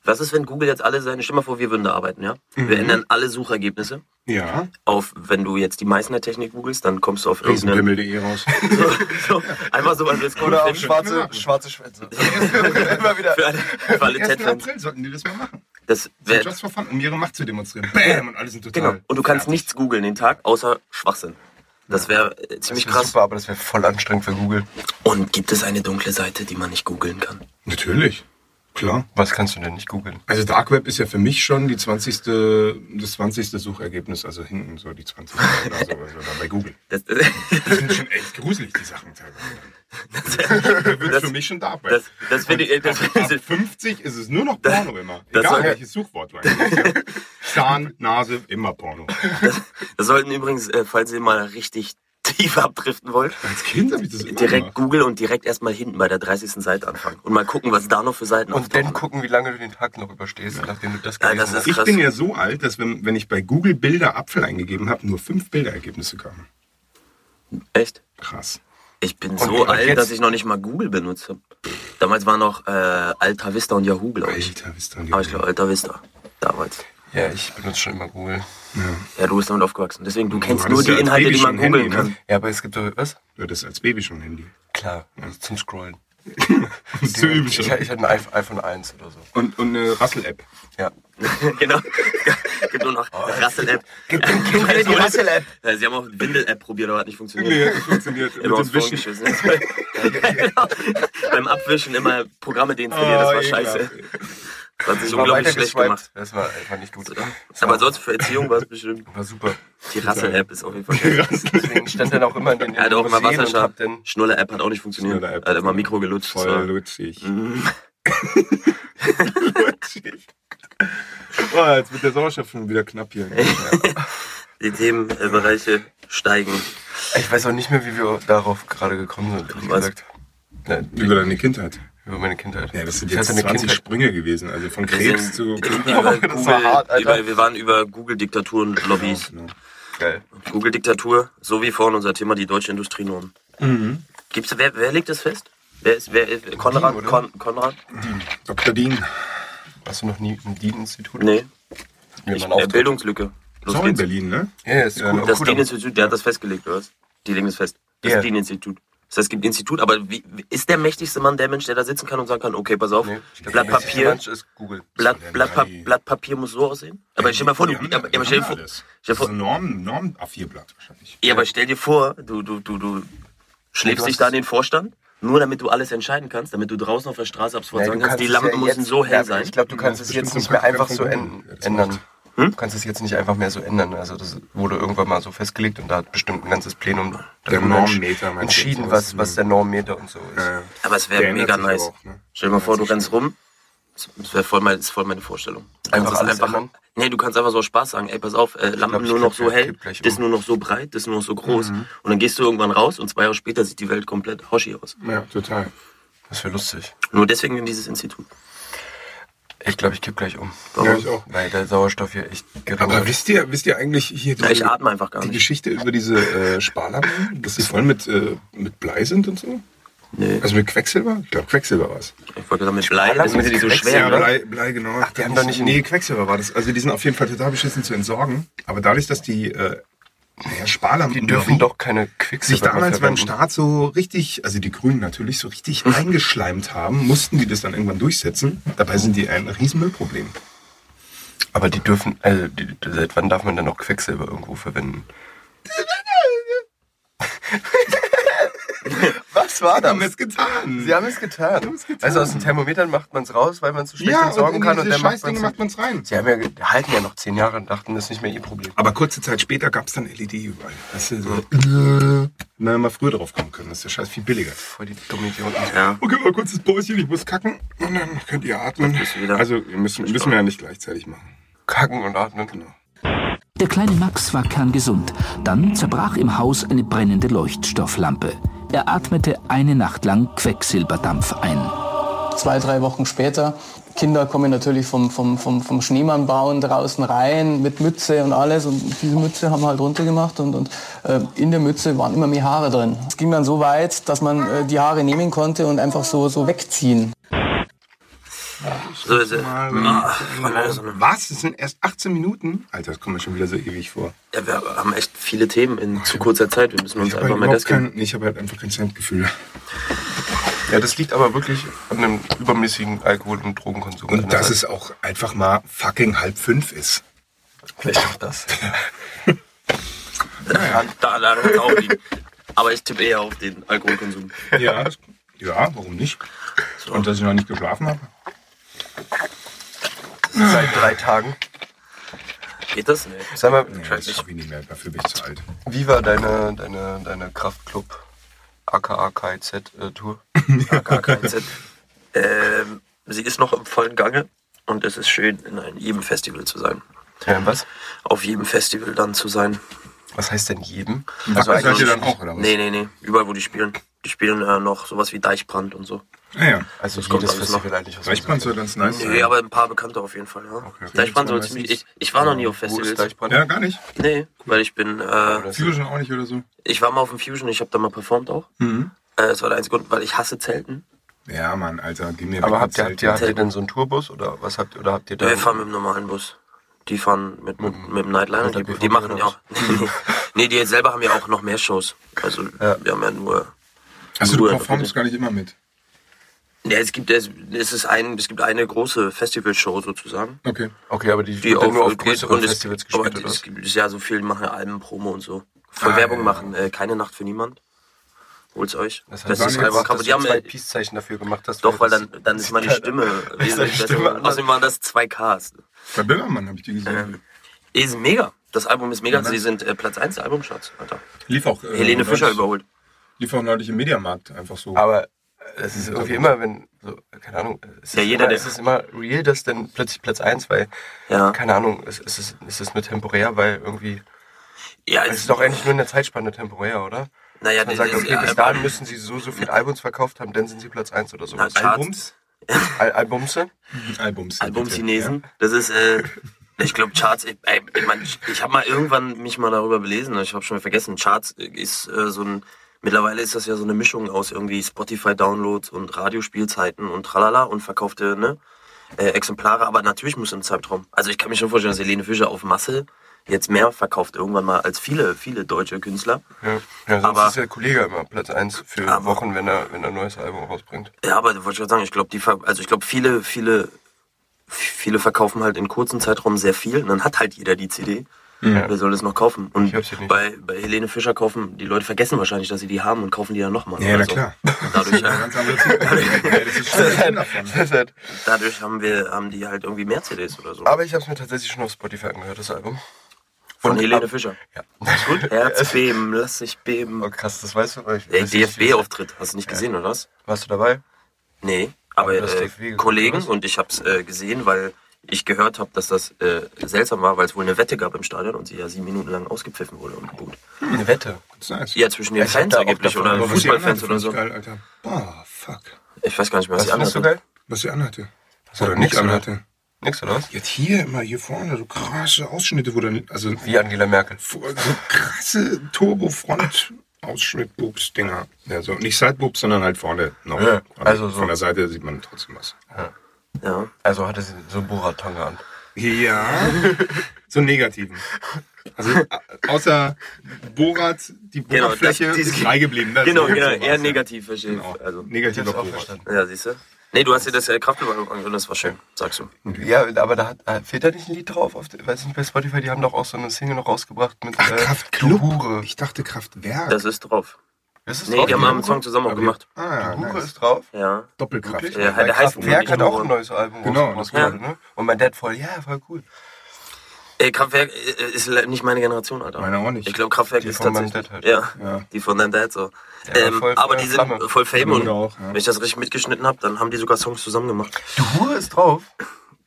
Was ist, wenn Google jetzt alle seine, stell mal vor, wir würden da arbeiten, ja? Wir ändern alle Suchergebnisse Ja, auf, wenn du jetzt die Meißner Technik googelst, dann kommst du auf irgendeinen. Riesenpimmel.de eh raus. so, einfach so, weil wir es cool Oder auch finden. schwarze, schwarze Schwänze. Immer wieder. Für alle, für alle Am 1. Ted-Fans. April sollten die das mal machen. Das So wär, Just for fun, um ihre Macht zu demonstrieren. Bam! Und alle sind total. genau. Und du kannst nichts googeln den Tag, außer Schwachsinn. Das wäre äh, ziemlich Nicht krass. krass. Super, aber das wäre voll anstrengend für Google. Und gibt es eine dunkle Seite, die man nicht googeln kann? Natürlich. Klar. Was kannst du denn nicht googeln? Also Dark Web ist ja für mich schon die 20. das 20. Suchergebnis, also hinten so die 20. oder so, also da bei Google. Das, Die sind schon echt gruselig, die Sachen teilweise. Das wird für mich schon Dark Web. das, das finde ich. äh, Das, Ab 50 ist es nur noch Porno immer. das Egal soll- welches Suchwort du eigentlich Zahn, Nase, immer Porno. das sollten übrigens, äh, falls ihr mal richtig tief abdriften wollt, Als Kind habe ich das immer direkt gemacht. Google und direkt erstmal hinten bei der 30. Seite anfangen. Und mal gucken, was da noch für Seiten Und dann auftauchen. gucken, wie lange du den Tag noch überstehst, nachdem du das Ja, gelesen das ist- hast. Ich Krass. bin ja so alt, dass wenn, wenn ich bei Google Bilder Apfel eingegeben habe, nur fünf Bilderergebnisse kamen. Echt? Krass. Ich bin wie- so und alt, jetzt? dass ich noch nicht mal Google benutze. Damals war noch äh, Alta Vista und Yahoo, glaube ich. Alter, wisst ihr die Aber ich glaube, Alta Vista. Damals. Ja, ich benutze schon immer Google. Ja, du bist damit aufgewachsen. Deswegen, du kennst hattest nur die ja als Inhalte, Baby die man schon googeln Handy, kann. ne? Ja, aber es gibt doch was? Du hattest als Baby schon ein Handy. Klar, also zum Scrollen. Das ist zu übel ich, schon. ich hatte ein iPhone- iPhone 1 oder so. Und, und eine Rassel-App. Ja. genau. Gibt nur noch Oh, Rassel-App. Gib dem Kind wieder die Rassel-App. Ja, Sie haben auch Windel-App probiert, aber hat nicht funktioniert. Nee, hat nicht funktioniert. Immer Mit aufs dem Wischen. Wischen. geschissen. genau. Beim Abwischen immer Programme deinstalliert, Oh, das war ekelhaft. scheiße. Das hat sich Ich war unglaublich weiter schlecht geswiped. gemacht. Das war einfach nicht gut. Das Aber war- sonst für Erziehung war es bestimmt. War super. Die Rassel-App ist auf jeden Fall scheiße. Deswegen stand dann auch immer in den Er hat auch immer Museen und hab Wasserschaden. dann- Schnuller-App hat auch nicht funktioniert. Schnuller-App. Er hat immer Mikro gelutscht. Voll lutschig. Mhm. lutschig. Oh, jetzt wird der Sauerstoff schon wieder knapp hier. Die Themenbereiche steigen. Ich weiß auch nicht mehr, wie wir darauf gerade gekommen sind. ehrlich Was? gesagt. Ja, Über deine Kindheit. über meine Kindheit. Ja, das sind ich jetzt hatte eine 20 Kindheit. Sprünge gewesen. Also von Krebs zu... über das war hart, Google, Alter. über, wir waren über Google-Diktaturen, Lobbys. Genau. Geil. Google-Diktatur, so wie vorhin unser Thema, die deutsche Industrienorm. Gibt's, wer, wer legt das fest? Wer ist, wer, ist- Konrad, Die, oder? Kon, Konrad? Dr. Dean. Warst du noch nie im DIN-Institut? Nee, Hatten wir ich, mal einen äh, Auftrag. Bildungslücke. Ist Los auch in geht's. Berlin, ne? Ja, ist Ja, cool. ne? Das cool, aber- DIN-Institut, der hat das festgelegt, oder was? Die legen das fest. Das Ja. ist DIN-Institut. Das heißt, es gibt ein Institut, aber wie, wie- ist der mächtigste Mann der Mensch, der da sitzen kann und sagen kann, okay, pass auf, Nee, ich glaub, Blatt der einzige Papier, Mensch ist Google. Blatt, denn Blatt, pa die- Blatt Papier muss so aussehen? Aber stell dir mal vor, du, Die haben aber, die aber stell dir haben vor, alles. stell dir Das ist vor, ein Norm, Norm A4-Blatt wahrscheinlich. Ja, aber stell dir vor, du, du, du, du schläfst hast dich da es- in den Vorstand, nur damit du alles entscheiden kannst, damit du draußen auf der Straße abs Wort Ja, sagen du kannst, die es ja Lampen müssen jetzt- so ja, hell aber sein. Ich glaube, du Ja, kannst das es ist jetzt bestimmt nicht mehr so ein einfach so Praktikant von ändern. Google, der das ändern. macht. Hm? Du kannst es jetzt nicht einfach mehr so ändern. Also das wurde irgendwann mal so festgelegt und da hat bestimmt ein ganzes Plenum Der darüber Normmeter, meinst du, entschieden, sowas? Hm. was, was der Normmeter und so ist. Äh, aber es der wäre ändert mega sich aber nice. auch, ne? Stell dir mal vor, du sich rennst rum. Das- Das wäre voll, mein, das ist voll meine Vorstellung. Du Einfach kannst es alles ändern? Nee, du kannst einfach so aus Spaß sagen, ey, pass auf, äh, Lampen glaub, ich nur kipp noch so gleich- hell, kipp gleich das um. Mhm. nur noch so breit, das nur noch so groß. Und dann gehst du irgendwann raus und zwei Jahre später sieht die Welt komplett hoschi aus. ja, total. Das wäre lustig. Nur deswegen in dieses Institut. Ich glaube, ich kipp gleich um. Ja, ich auch. Weil der Sauerstoff hier echt gering Aber ist. wisst ihr, wisst ihr eigentlich hier Ja, ich atme einfach gar die nicht. Geschichte über diese äh, Sparlampen, dass die voll mit, äh, mit Blei sind und so? Nee, Also mit Quecksilber? Ich glaube, Quecksilber war es. ich wollte sagen, mit Blei, das Lampen sind die so mit schwer, ja, ne? Blei, Blei, genau. Ach, die haben doch nicht- Nee, Quecksilber war das. Also die sind auf jeden Fall total beschissen zu entsorgen. Aber dadurch, dass die äh, naja, Sparlampen Die dürfen irgendwie doch keine Quicksilber sich damals beim verwenden. Hm. Staat so richtig, also die Grünen natürlich, so richtig eingeschleimt haben, mussten die das dann irgendwann durchsetzen. Dabei sind die ein Riesenmüllproblem. Aber die dürfen, also die, seit wann darf man denn auch Quecksilber irgendwo verwenden? Was war das? getan. Sie haben es getan. haben es getan. Also aus den Thermometern macht man es raus, weil man es so schlecht ja, und entsorgen in kann und diese dann macht Scheißdinge man macht es. man es rein. Sie haben ja, ge- halten ja noch zehn Jahre und dachten, das ist nicht mehr ihr Problem. Aber kurze Zeit später gab es dann LED überall. Weißt du, so, na, mal früher drauf kommen können. Das ist der Scheiß viel billiger. Voll die dummen Idioten. Ja. Okay, mal kurzes Päuschen, ich muss kacken. Und dann könnt ihr atmen. bist du wieder. Also, wir müssen, müssen wir ja nicht gleichzeitig machen. Kacken und atmen. Der kleine Max war kerngesund. Dann zerbrach im Haus eine brennende Leuchtstofflampe. Er atmete eine Nacht lang Quecksilberdampf ein. zwei, drei Wochen später. Kinder kommen natürlich vom, vom, vom, vom Schneemann bauen draußen rein mit Mütze und alles. Und diese Mütze haben wir halt runtergemacht und, und äh, in der Mütze waren immer mehr Haare drin. Es ging dann so weit, dass man äh, die Haare nehmen konnte und einfach so, so wegziehen. So ist es. Ah, Freunde, so eine Was? Das sind erst 18 Minuten? Alter, das kommt mir schon wieder so ewig vor. Ja, wir haben echt viele Themen in zu kurzer Zeit. Wir müssen uns Ich habe einfach halt, mal Gas überhaupt geben. kein, ich hab halt einfach kein Zeitgefühl. Ja, das liegt aber wirklich an einem übermäßigen Alkohol- und Drogenkonsum. Also, Und halt dass es auch einfach mal fucking halb fünf ist. vielleicht auch das. Da, da kann es auch liegen. Aber ich tippe eher auf den Alkoholkonsum. Ja, das, ja warum nicht? Und dass ich noch nicht geschlafen habe. Seit drei Tagen. Geht das? Nee. Sag mal, Nee, das schaffe ich nicht mehr. Dafür bin ich zu alt. wie war deine, deine, deine Kraftclub aka KIZ-Tour? KKZ. Ähm, sie ist noch im vollen Gange und es ist schön, in einem, jedem Festival zu sein. Ähm, Ja, was? Auf jedem Festival dann zu sein. Was heißt denn jedem? Also eigentlich- seid ihr dann auch, oder was? Nee, nee, nee. Überall, wo die spielen. Die spielen äh, noch sowas wie Deichbrand und so. Naja. Also kommt jedes alles noch. Festival eigentlich aus Deichbrand soll ganz Musik. nice sein. Nee, aber ein paar Bekannte auf jeden Fall. Ja. okay. Deichbrand soll Meistens- ziemlich. Ich, ich war noch nie auf Wo ist Festivals. Deichbrand? ja, gar nicht. Nee, weil ich bin. Äh, Oder ist es- Fusion auch nicht oder so. ich war mal auf dem Fusion, ich habe da mal performt auch. Mhm. Äh, das war der einzige Grund, weil ich hasse Zelten. Ja, Mann, Alter, gib mir Aber weg mit habt ihr, habt, Zelten. ihr, habt ihr denn so einen Tourbus oder was habt ihr? Oder habt ihr da Wir fahren mit dem normalen Bus. Die fahren mit, mit, Mhm. mit dem Nightliner. Die, die machen ja auch. nee, die selber haben ja auch noch mehr Shows. Also wir haben ja nur. Also du nur- performst gar nicht immer mit. Ja, es gibt es, es ist ein, es gibt eine große Festivalshow sozusagen. Okay. Okay, aber die, Die wird dann auch nur auf geht größeren und es, Festivals aber gespielt, oder? es gibt es ist ja so viel, die machen ja Alben, Promo und so. Voll Ah, Werbung ja. machen, äh, keine Nacht für niemand. Holt's euch. Das heißt, das das ist ist einfach, einfach- dass aber du die haben zwei äh, Peace-Zeichen dafür gemacht hast. doch, weil das- dann, dann ist meine Stimme wesentlich Stimme besser. anders. Außerdem waren das zwei Ks. Bei Böhmermann habe ich die gesehen. Ist mega. Das Album ist ne? mega. Sie sind äh, Platz 1 der Albumcharts, Alter. Lief auch. äh, Helene neulich- Fischer überholt. Lief auch neulich im Mediamarkt, einfach so. Aber es ist irgendwie immer, wenn, so, keine Ahnung, es ist, Also, Ja, jeder, immer, der- es ist immer real, dass dann plötzlich Platz 1, weil, Ja. keine Ahnung, es, es, ist, es ist nur temporär, weil irgendwie, Ja, es ist doch eigentlich nur in der Zeitspanne temporär, oder? Naja, Dass man das sagt, ist- okay, ja, bis dahin aber- müssen sie so, so viele Albums verkauft haben, dann sind sie Platz 1 oder so. Na, Charts. Al Albumse? Albums. halt Album bitte. Chinesen. Das ist, äh, ich glaube, Charts, ich, ey, ich, mein, ich habe mal irgendwann mich mal darüber belesen, ich habe schon mal vergessen, Charts äh, ist äh, so ein, mittlerweile ist das ja so eine Mischung aus irgendwie Spotify-Downloads und Radiospielzeiten und tralala und verkaufte ne, äh, Exemplare, aber natürlich muss im Zeitraum. Also ich kann mir schon vorstellen, dass Helene Fischer auf Masse jetzt mehr verkauft irgendwann mal als viele, viele deutsche Künstler. Ja, ja sonst Aber- ist der Kollege immer Platz 1 für Aber- Wochen, wenn er, wenn er ein neues Album rausbringt. Ja, aber wollte ich gerade sagen, ich glaube, die ver also ich glaube, viele, viele, viele verkaufen halt in kurzen Zeitraum sehr viel und dann hat halt jeder die CD. Wer soll das noch kaufen? Und hab's hier nicht. bei, bei Helene Fischer kaufen, die Leute vergessen wahrscheinlich, dass sie die haben und kaufen die dann nochmal. Also, Ja, na klar. Dadurch, Ganz andere Typ. ja, das ist schon der Sinn davon. Das ist halt- dadurch haben wir, haben die halt irgendwie mehr CDs oder so. Aber ich habe es mir tatsächlich schon auf Spotify angehört, das Album. Von und Helene ab- Fischer. Ja. Gut, Herz beben, lass dich beben. Oh, krass, das weißt du. weil Ich, Ey, weiß nicht, wie- DFB-Auftritt, hast du nicht gesehen, oder was? Warst du dabei? Nee, aber Aber das äh, DFB geguckt, Kollegen oder was? und ich habe es äh, gesehen, weil ich gehört habe, dass das äh, seltsam war, weil es wohl eine Wette gab im Stadion und sie ja sieben Minuten lang ausgepfiffen wurde und gebucht. Eine Wette. Das ist nice. Ja, zwischen den ich hab Fans da auch angeblich davon oder Aber was die Fußballfans anhatte, fand oder ich so. geil, Alter. Boah, fuck. Ich weiß gar nicht mehr, was Was die findest du anderen. geil? Was sie anhatte. hat Oder nix, nicht oder? anhatte. Nix, oder was? Jetzt hier immer, hier vorne, so krasse Ausschnitte, wo dann, also Wie Angela Merkel. so krasse Turbofront-Ausschnittbubs-Dinger. Ja, so nicht Sidebubs, sondern halt vorne noch. Ja, Von- also so. Von der Seite sieht man trotzdem was. Ja. Also hatte sie so einen Buratanga an. Ja, so einen negativen. Also a- außer Borat, die Genau, Bohrfläche das- die- ist frei geblieben. ne? Genau, So- genau, so war's, eher ja. negativ, verstehe ich. Genau. Also, Negativer Ich hab's auch Borat. verstanden. ja, siehst du? Nee, du hast dir das äh, Kraftüberwachung angehört und das war schön, sagst du. Ja, aber da hat, äh, fehlt da nicht ein Lied drauf? Auf, der- weiß nicht, bei Spotify, die haben doch auch so eine Single noch rausgebracht mit Ach, äh, Du Kraftklub. Hure. Ich dachte Kraftwerk. Das ist drauf. Ist es Nee, drauf? die haben Du einen Song zusammen auch gemacht. ah, Hure nice. ist drauf. Ja. Doppelkraft. Ja, Bei der heißt Kraftwerk hat nur- auch ein neues Album Genau, rausgebracht, das- gerade, ne? Und mein Dad voll, ja, voll cool. Ey, Kraftwerk äh, ist le- nicht meine Generation, Alter. Meine auch nicht. Ich glaube, Kraftwerk Die ist von meinem tatsächlich. Dad halt. Ja, Ja. die von deinem Dad so. war ähm, voll- aber voll die sind Flamme. voll Fame Ja, und meine auch, ja. wenn ich das richtig mitgeschnitten habe, dann haben die sogar Songs zusammen gemacht. Du Hure ist drauf.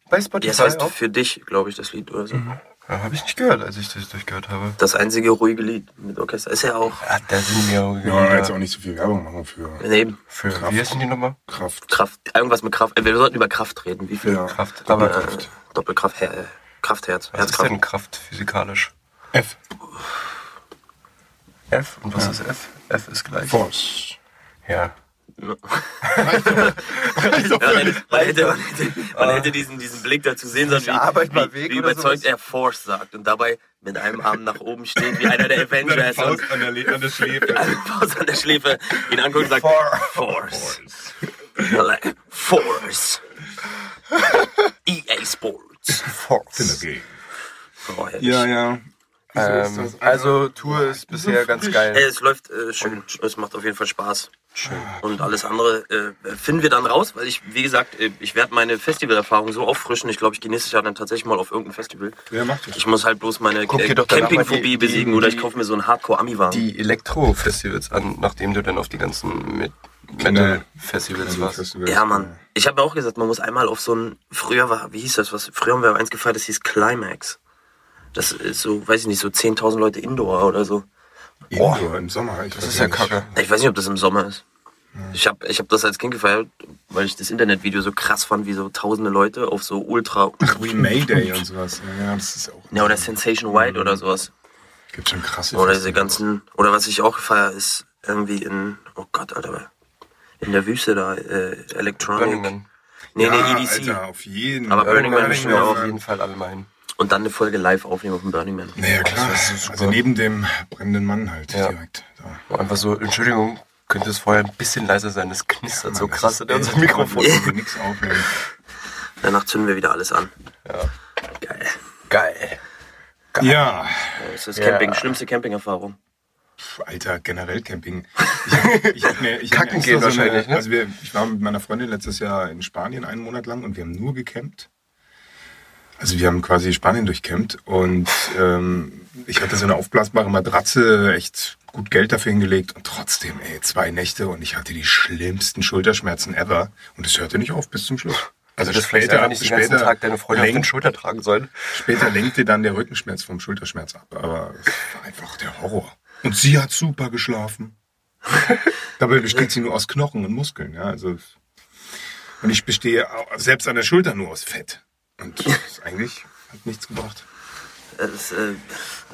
Bei Spotify Ja, das heißt auch. Mhm. für dich, glaube ich, das Lied oder so. Ja, Habe ich nicht gehört, als ich das durchgehört habe. Das einzige ruhige Lied mit Orchester. Ist ja auch Ah, da sind wir auch Wir wollen wieder. jetzt auch nicht so viel Werbung machen für neben Für, wie heißen die nochmal? Kraft. Kraft, irgendwas mit Kraft. Äh, Wir sollten über Kraft reden. Wie viel? Ja. Kraft. Aber Äh, Doppelkraft, Her äh, Kraftherz, was ist Herzkraft. denn Kraft physikalisch? F. F und was ist F? F ist gleich. Force. Ja. Also, Ja, man, hätte, man, hätte, man, hätte, man hätte diesen, diesen Blick dazu sehen sollen, wie, Arbeit mal wie, weg wie oder überzeugt sowas. er Force sagt und dabei mit einem Arm nach oben steht, wie einer der Avengers und an der, Le- an der Schläfe. Faust an der Schläfe ihn anguckt und sagt Force. Like, Force. EA Sports. Force. Oh, herrlich. Ja, ja. Wieso Ähm, ist das? also Tour ist bisher ganz Ey, geil. es läuft äh, schön. Es macht auf jeden Fall Spaß. Schön. Und alles andere äh, finden wir dann raus, weil ich, wie gesagt, äh, ich werde meine Festivalerfahrung so auffrischen. Ich glaube, ich gehe nächstes Jahr dann tatsächlich mal auf irgendein Festival. Wer macht das? Ich muss halt bloß meine Guck dir äh, doch dann auch mal Campingphobie die- die- besiegen oder ich die- kaufe mir so einen Hardcore-Ami-Wagen. Die Elektro-Festivals an, nachdem du dann auf die ganzen mit Kinder- Metal-Festivals warst. Ja, Mann. Ich habe auch gesagt, man muss einmal auf so ein. Früher war, wie hieß das? Was, früher haben wir eins gefeiert, das hieß Climax. Das ist so, weiß ich nicht, so 10.000 Leute Indoor oder so. Indoor im Sommer. Ich Das ist ja kacke. Ich weiß nicht, ob das im Sommer ist. Ich habe ich hab das als Kind gefeiert, weil ich das Internetvideo so krass fand, wie so tausende Leute auf so Ultra. Wie Mayday und sowas. Ja, das ist auch. Ja, oder Sensation White oder sowas. Gibt schon krasse Oder diese Festivals. ganzen. Oder was ich auch feiere, ist irgendwie in. Oh Gott, Alter. In der Wüste da, äh, Electronic. Birmingham. Nee, E nee, Ja, EDC. Alter, auf jeden Aber Burning Man Birmingham müssen müssen wir wir auch- auf jeden Fall alle mal hin. Und dann eine Folge live aufnehmen auf dem Burning Man. Naja, klar. Das ist super. Also neben dem brennenden Mann halt Ja. direkt. Da. Einfach so, Entschuldigung, könnte es vorher ein bisschen leiser sein, das knistert so Das krass ist in unserem echt, Mikrofon. da können wir nichts aufnehmen. Danach zünden wir wieder alles an. Ja. Geil. Geil. Ja, Das ist Ja. Camping, schlimmste Campingerfahrung. Pff, Alter, generell Camping. Ich hab, ich hab mir, ich hab mir extra Kacken gehen so wahrscheinlich, eine, ne? Also wir, ich war mit meiner Freundin letztes Jahr in Spanien einen Monat lang und wir haben nur gecampt. Also wir haben quasi Spanien durchcampt und ähm, ich hatte so eine aufblasbare Matratze, echt gut Geld dafür hingelegt und trotzdem, ey, zwei Nächte und ich hatte die schlimmsten Schulterschmerzen ever und es hörte nicht auf bis zum Schluss. Also das vielleicht einfach nicht den ganzen Tag deine Freunde auf den lenkt- Schulter tragen sollen. Später lenkte dann der Rückenschmerz vom Schulterschmerz ab, aber es war einfach der Horror. Und sie hat super geschlafen. Dabei besteht sie nur aus Knochen und Muskeln, ja. Also und ich bestehe au- selbst an der Schulter nur aus Fett. Und das ist eigentlich hat nichts gebracht. Das ist, äh,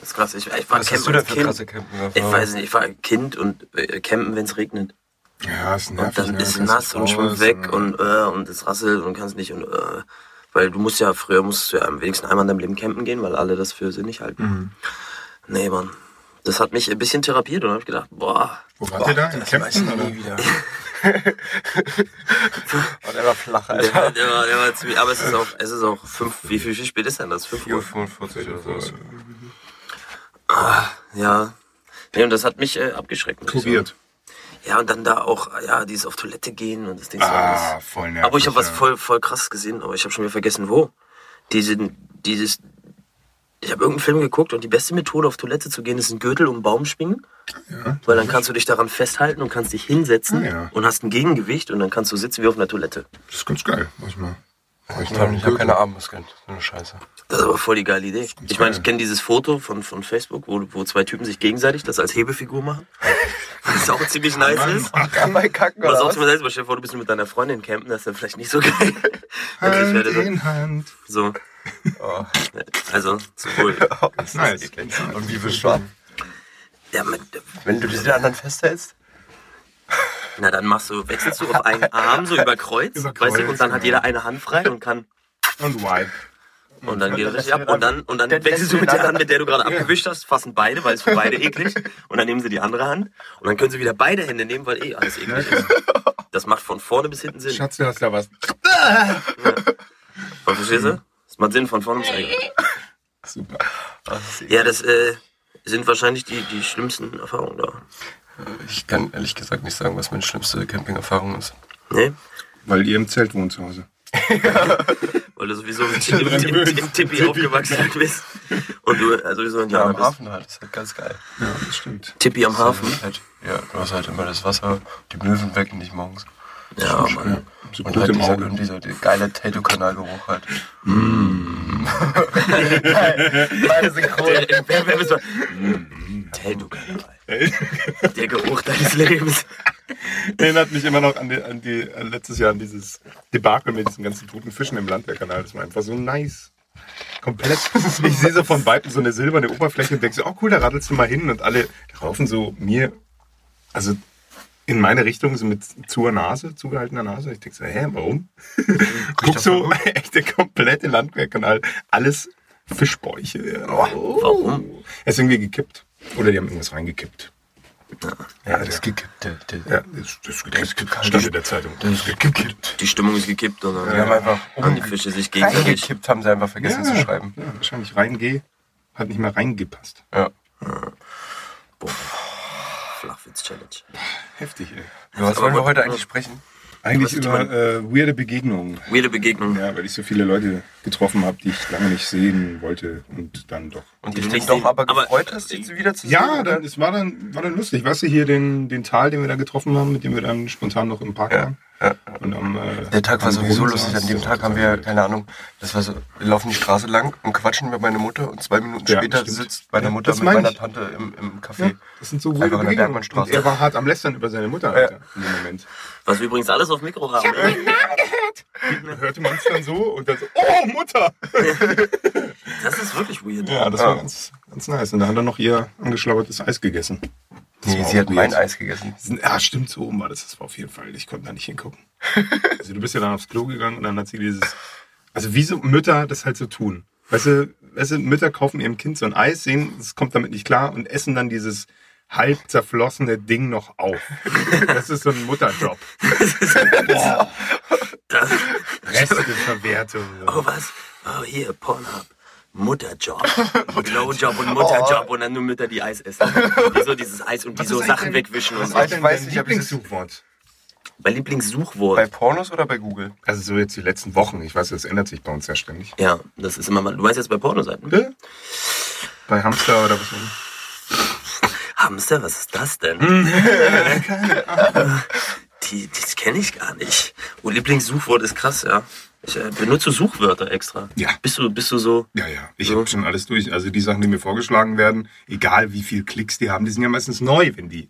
das ist krass. Ich, ich war Was campen hast du denn als für Kind. krasse Campingerfahrungen? Ich weiß nicht, ich war Kind und äh, campen, wenn es regnet. Ja, ist nervig. Und dann ne? ist Kannst nass nicht und schwimmt raus weg und, äh, und es rasselt und kannst nicht und äh, weil du musst ja, früher musstest du ja am wenigsten einmal in deinem Leben campen gehen, weil alle das für sinnig halten. Mhm. Nee, Mann. Das hat mich ein bisschen therapiert und hab ich gedacht, boah, Wo wart ihr da? In Kempten? oder? Und er war flach, der, Alter. war- der, war, der war ziemlich, aber es ist auch, es ist auch fünf, wie viel, wie spät ist denn das? Fünf Uhr? 45 oder so. Ja. Nee, und das hat mich äh, abgeschreckt. muss ich Probiert. sagen. Ja, und dann da auch, ja, dieses auf Toilette gehen und das Ding so Ah, alles. voll nervig. Aber ich habe was ja. voll, voll krasses gesehen, aber ich habe schon wieder vergessen, wo. Diesen, dieses. Ich habe irgendeinen Film geguckt und die beste Methode, auf Toilette zu gehen, ist ein Gürtel um den Baum schwingen. weil dann kannst du dich daran festhalten und kannst dich hinsetzen Ah, ja. und hast ein Gegengewicht und dann kannst du sitzen wie auf einer Toilette. Das ist ganz geil, mach ich mal. Ich habe hab keine Armmuskeln. So eine Scheiße. Das ist aber voll die geile Idee. Ich meine, ich kenne dieses Foto von, von Facebook, wo, wo zwei Typen sich gegenseitig das als Hebefigur machen. Was auch ziemlich nice ist. Dabei kacken Was auch oder ziemlich nice ist, stell dir vor, du bist mit deiner Freundin campen, das ist dann vielleicht nicht so geil. Dann Hand werde ich in Hand. so. Oh. Also, sowohl. was? Nice. Und wie bist du ab? Ja, mit, Wenn du diesen anderen festhältst? Na, dann machst du, wechselst du auf einen Arm so über Kreuz, Über weißt du, Kreuz, und dann hat genau. jeder eine Hand frei und kann Und wipe. und dann geht es richtig ab den und dann und dann wechselst du mit der Hand, mit der du gerade abgewischt hast, fassen beide, weil es für beide eklig und dann nehmen sie die andere Hand und dann können sie wieder beide Hände nehmen, weil eh alles eklig ist. Das macht von vorne bis hinten Sinn. Schatz, du hast da was. Und verstehst du? Das macht Sinn von vorne bis hinten. Super. Ja, das äh, sind wahrscheinlich die, die schlimmsten Erfahrungen da. Ich kann ehrlich gesagt nicht sagen, was meine schlimmste Campingerfahrung ist. Nee? Weil ihr im Zelt wohnt zu Hause. Weil du sowieso im, im, im, im, Tippi aufgewachsen bist. Und du äh, sowieso in Ja, Jana am bist. Hafen halt. Das ist halt ganz geil. Ja, das stimmt. Tippi am Hafen. Halt, ja, du hast halt immer das Wasser, die Möwen wecken dich morgens. Ja, Mann. So Und gut halt im dieser, Auge. und dieser geile Tattoo-Kanalgeruch halt. Der- wer- wer- wer- wer- Tell du Kanal. Der Geruch deines Lebens. Erinnert mich immer noch an, die, an, die, an letztes Jahr an dieses Debakel mit diesen ganzen toten Fischen im Landwehrkanal. Das war einfach so nice. Komplett. Ich sehe so von Weitem so eine silberne Oberfläche und denke so, oh cool, da radelst du mal hin. Und alle raufen so mir, also in meine Richtung, so mit zur Nase, zugehaltener Nase. Ich denke so, hä, warum? Guck so, echt der komplette Landwehrkanal. Alles Fischbäuche. Oh. Warum? Er ist irgendwie gekippt. Oder die haben irgendwas reingekippt. Ja, das gekippte. Ja, das, das, das, das stand in in der Zeitung. Das gekippt. Die Stimmung ist gekippt und dann Wir haben einfach haben die Fische sich gegenseitig. umgekippt, haben sie einfach vergessen zu schreiben. Ja, wahrscheinlich reingeh. Hat nicht mal reingepasst. Ja. Flachwitz-Challenge. Heftig, ey. Über was aber wollen wir gut. heute eigentlich sprechen? Eigentlich ist über mein- äh, weirde Begegnungen. Weirde Begegnung. Ja, weil ich so viele Leute getroffen habe, die ich lange nicht sehen wollte und dann doch. Und Die dich du dich nicht doch sehen- aber aber- gefreut hast, dich wieder zu sehen? Ja, oder? dann, es war dann, war dann lustig. Weißt du, hier den, den Tal, den wir da getroffen haben, mit dem wir dann spontan noch im Park waren? Und am, äh, Der Tag war am sowieso Boden lustig. saß, An dem das Tag war haben wir, total keine Ahnung, das war so, wir laufen die Straße lang und quatschen mit meiner Mutter und zwei Minuten Ja, später stimmt. sitzt meine Ja, Mutter das mit meine meiner ich. Tante im, im Café. wild. Ja, das sind so weirde Einfach an der Begegnungen. Und Bergmannstraße. er war hart am Lästern über seine Mutter, Alter, in dem Moment. Was wir übrigens alles auf Mikro haben. ne? Hörte man es dann so und dann so, oh, Mutter! Das ist wirklich weird. Ja, das war ganz, ganz nice. Und da hat er noch ihr angeschlauertes Eis gegessen. Nee, war sie auch hat mein weird. Eis gegessen. Ja, stimmt, so oben war das. Das war auf jeden Fall. Ich konnte da nicht hingucken. Also du bist ja dann aufs Klo gegangen und dann hat sie dieses. Also wie so Mütter das halt so tun. Weißt du, weißt du, Mütter kaufen ihrem Kind so ein Eis, sehen, es kommt damit nicht klar und essen dann dieses halb zerflossene Ding noch auf. Das ist so ein Mutterjob. Boah, Das, Resteverwertung. oh, was? Oh, hier, Pornhub. Mutterjob. Blowjob und Mutterjob und dann nur Mütter, die Eis essen. Wieso dieses Eis und wieso ist Sachen eigentlich- wegwischen und Was so. ist denn Ich weiß dein nicht, ob ich das- Lieblingssuchwort? Mein Bei Lieblingssuchwort. Pornos oder bei Google? Also so jetzt die letzten Wochen. Ich weiß, das ändert sich bei uns ja ständig. Ja, das ist immer mal. Du meinst jetzt bei Pornoseiten? Bitte? Bei Hamster oder was auch immer. Hamster, was ist das Hm. denn? die, das kenne ich gar nicht. Oh, Lieblingssuchwort ist krass, ja. Ich äh, benutze Suchwörter extra. Ja. Bist du, bist du so. Ja, ja. Ich So. habe schon alles durch. Also die Sachen, die mir vorgeschlagen werden, egal wie viel Klicks die haben, die sind ja meistens neu, wenn die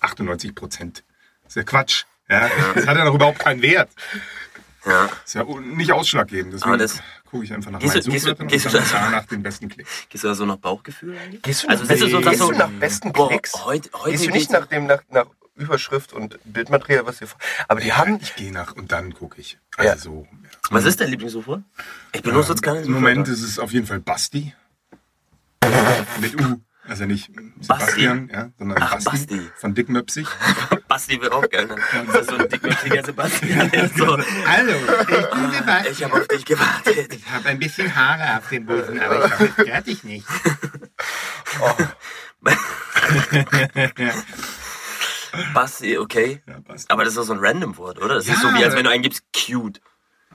98 Prozent. Ist ja Quatsch. Ja, das hat ja noch überhaupt keinen Wert. Ja. Ist ja un- nicht ausschlaggebend. Aber Deswegen das- gucke ich einfach nach Gehst meinen du- gehst du- Suchwörtern gehst du und dann das- danach den besten Klick. Gehst du da so nach Bauchgefühl eigentlich? Gehst du also bist du so, dass gehst so. du nach besten Boah, Klicks? heute- heute gehst du geht's- nicht nach dem nach, nach Überschrift und Bildmaterial, was dir vor- Aber die haben Ich gehe nach und dann gucke ich. Also Ja. so. Was ist dein Lieblingssuchwort? Äh, Ich benutze jetzt keine Im Moment Suchwörter. ist es auf jeden Fall Basti. Mit U. Also nicht Sebastian, ja, sondern Ach, Basti, Basti. von Dickmöpsig. Basti will auch gerne. Ist das so ein dickmütiger Sebastian? Der ist so, Hallo, ich bin Sebastian. ich habe auf dich gewartet. Ich habe ein bisschen Haare auf dem Busen, aber ich glaube, das stört dich nicht. Basti, okay. Basti. Aber das ist doch so ein random Wort, oder? Das ist Ja, so wie, als aber- wenn du eingibst cute.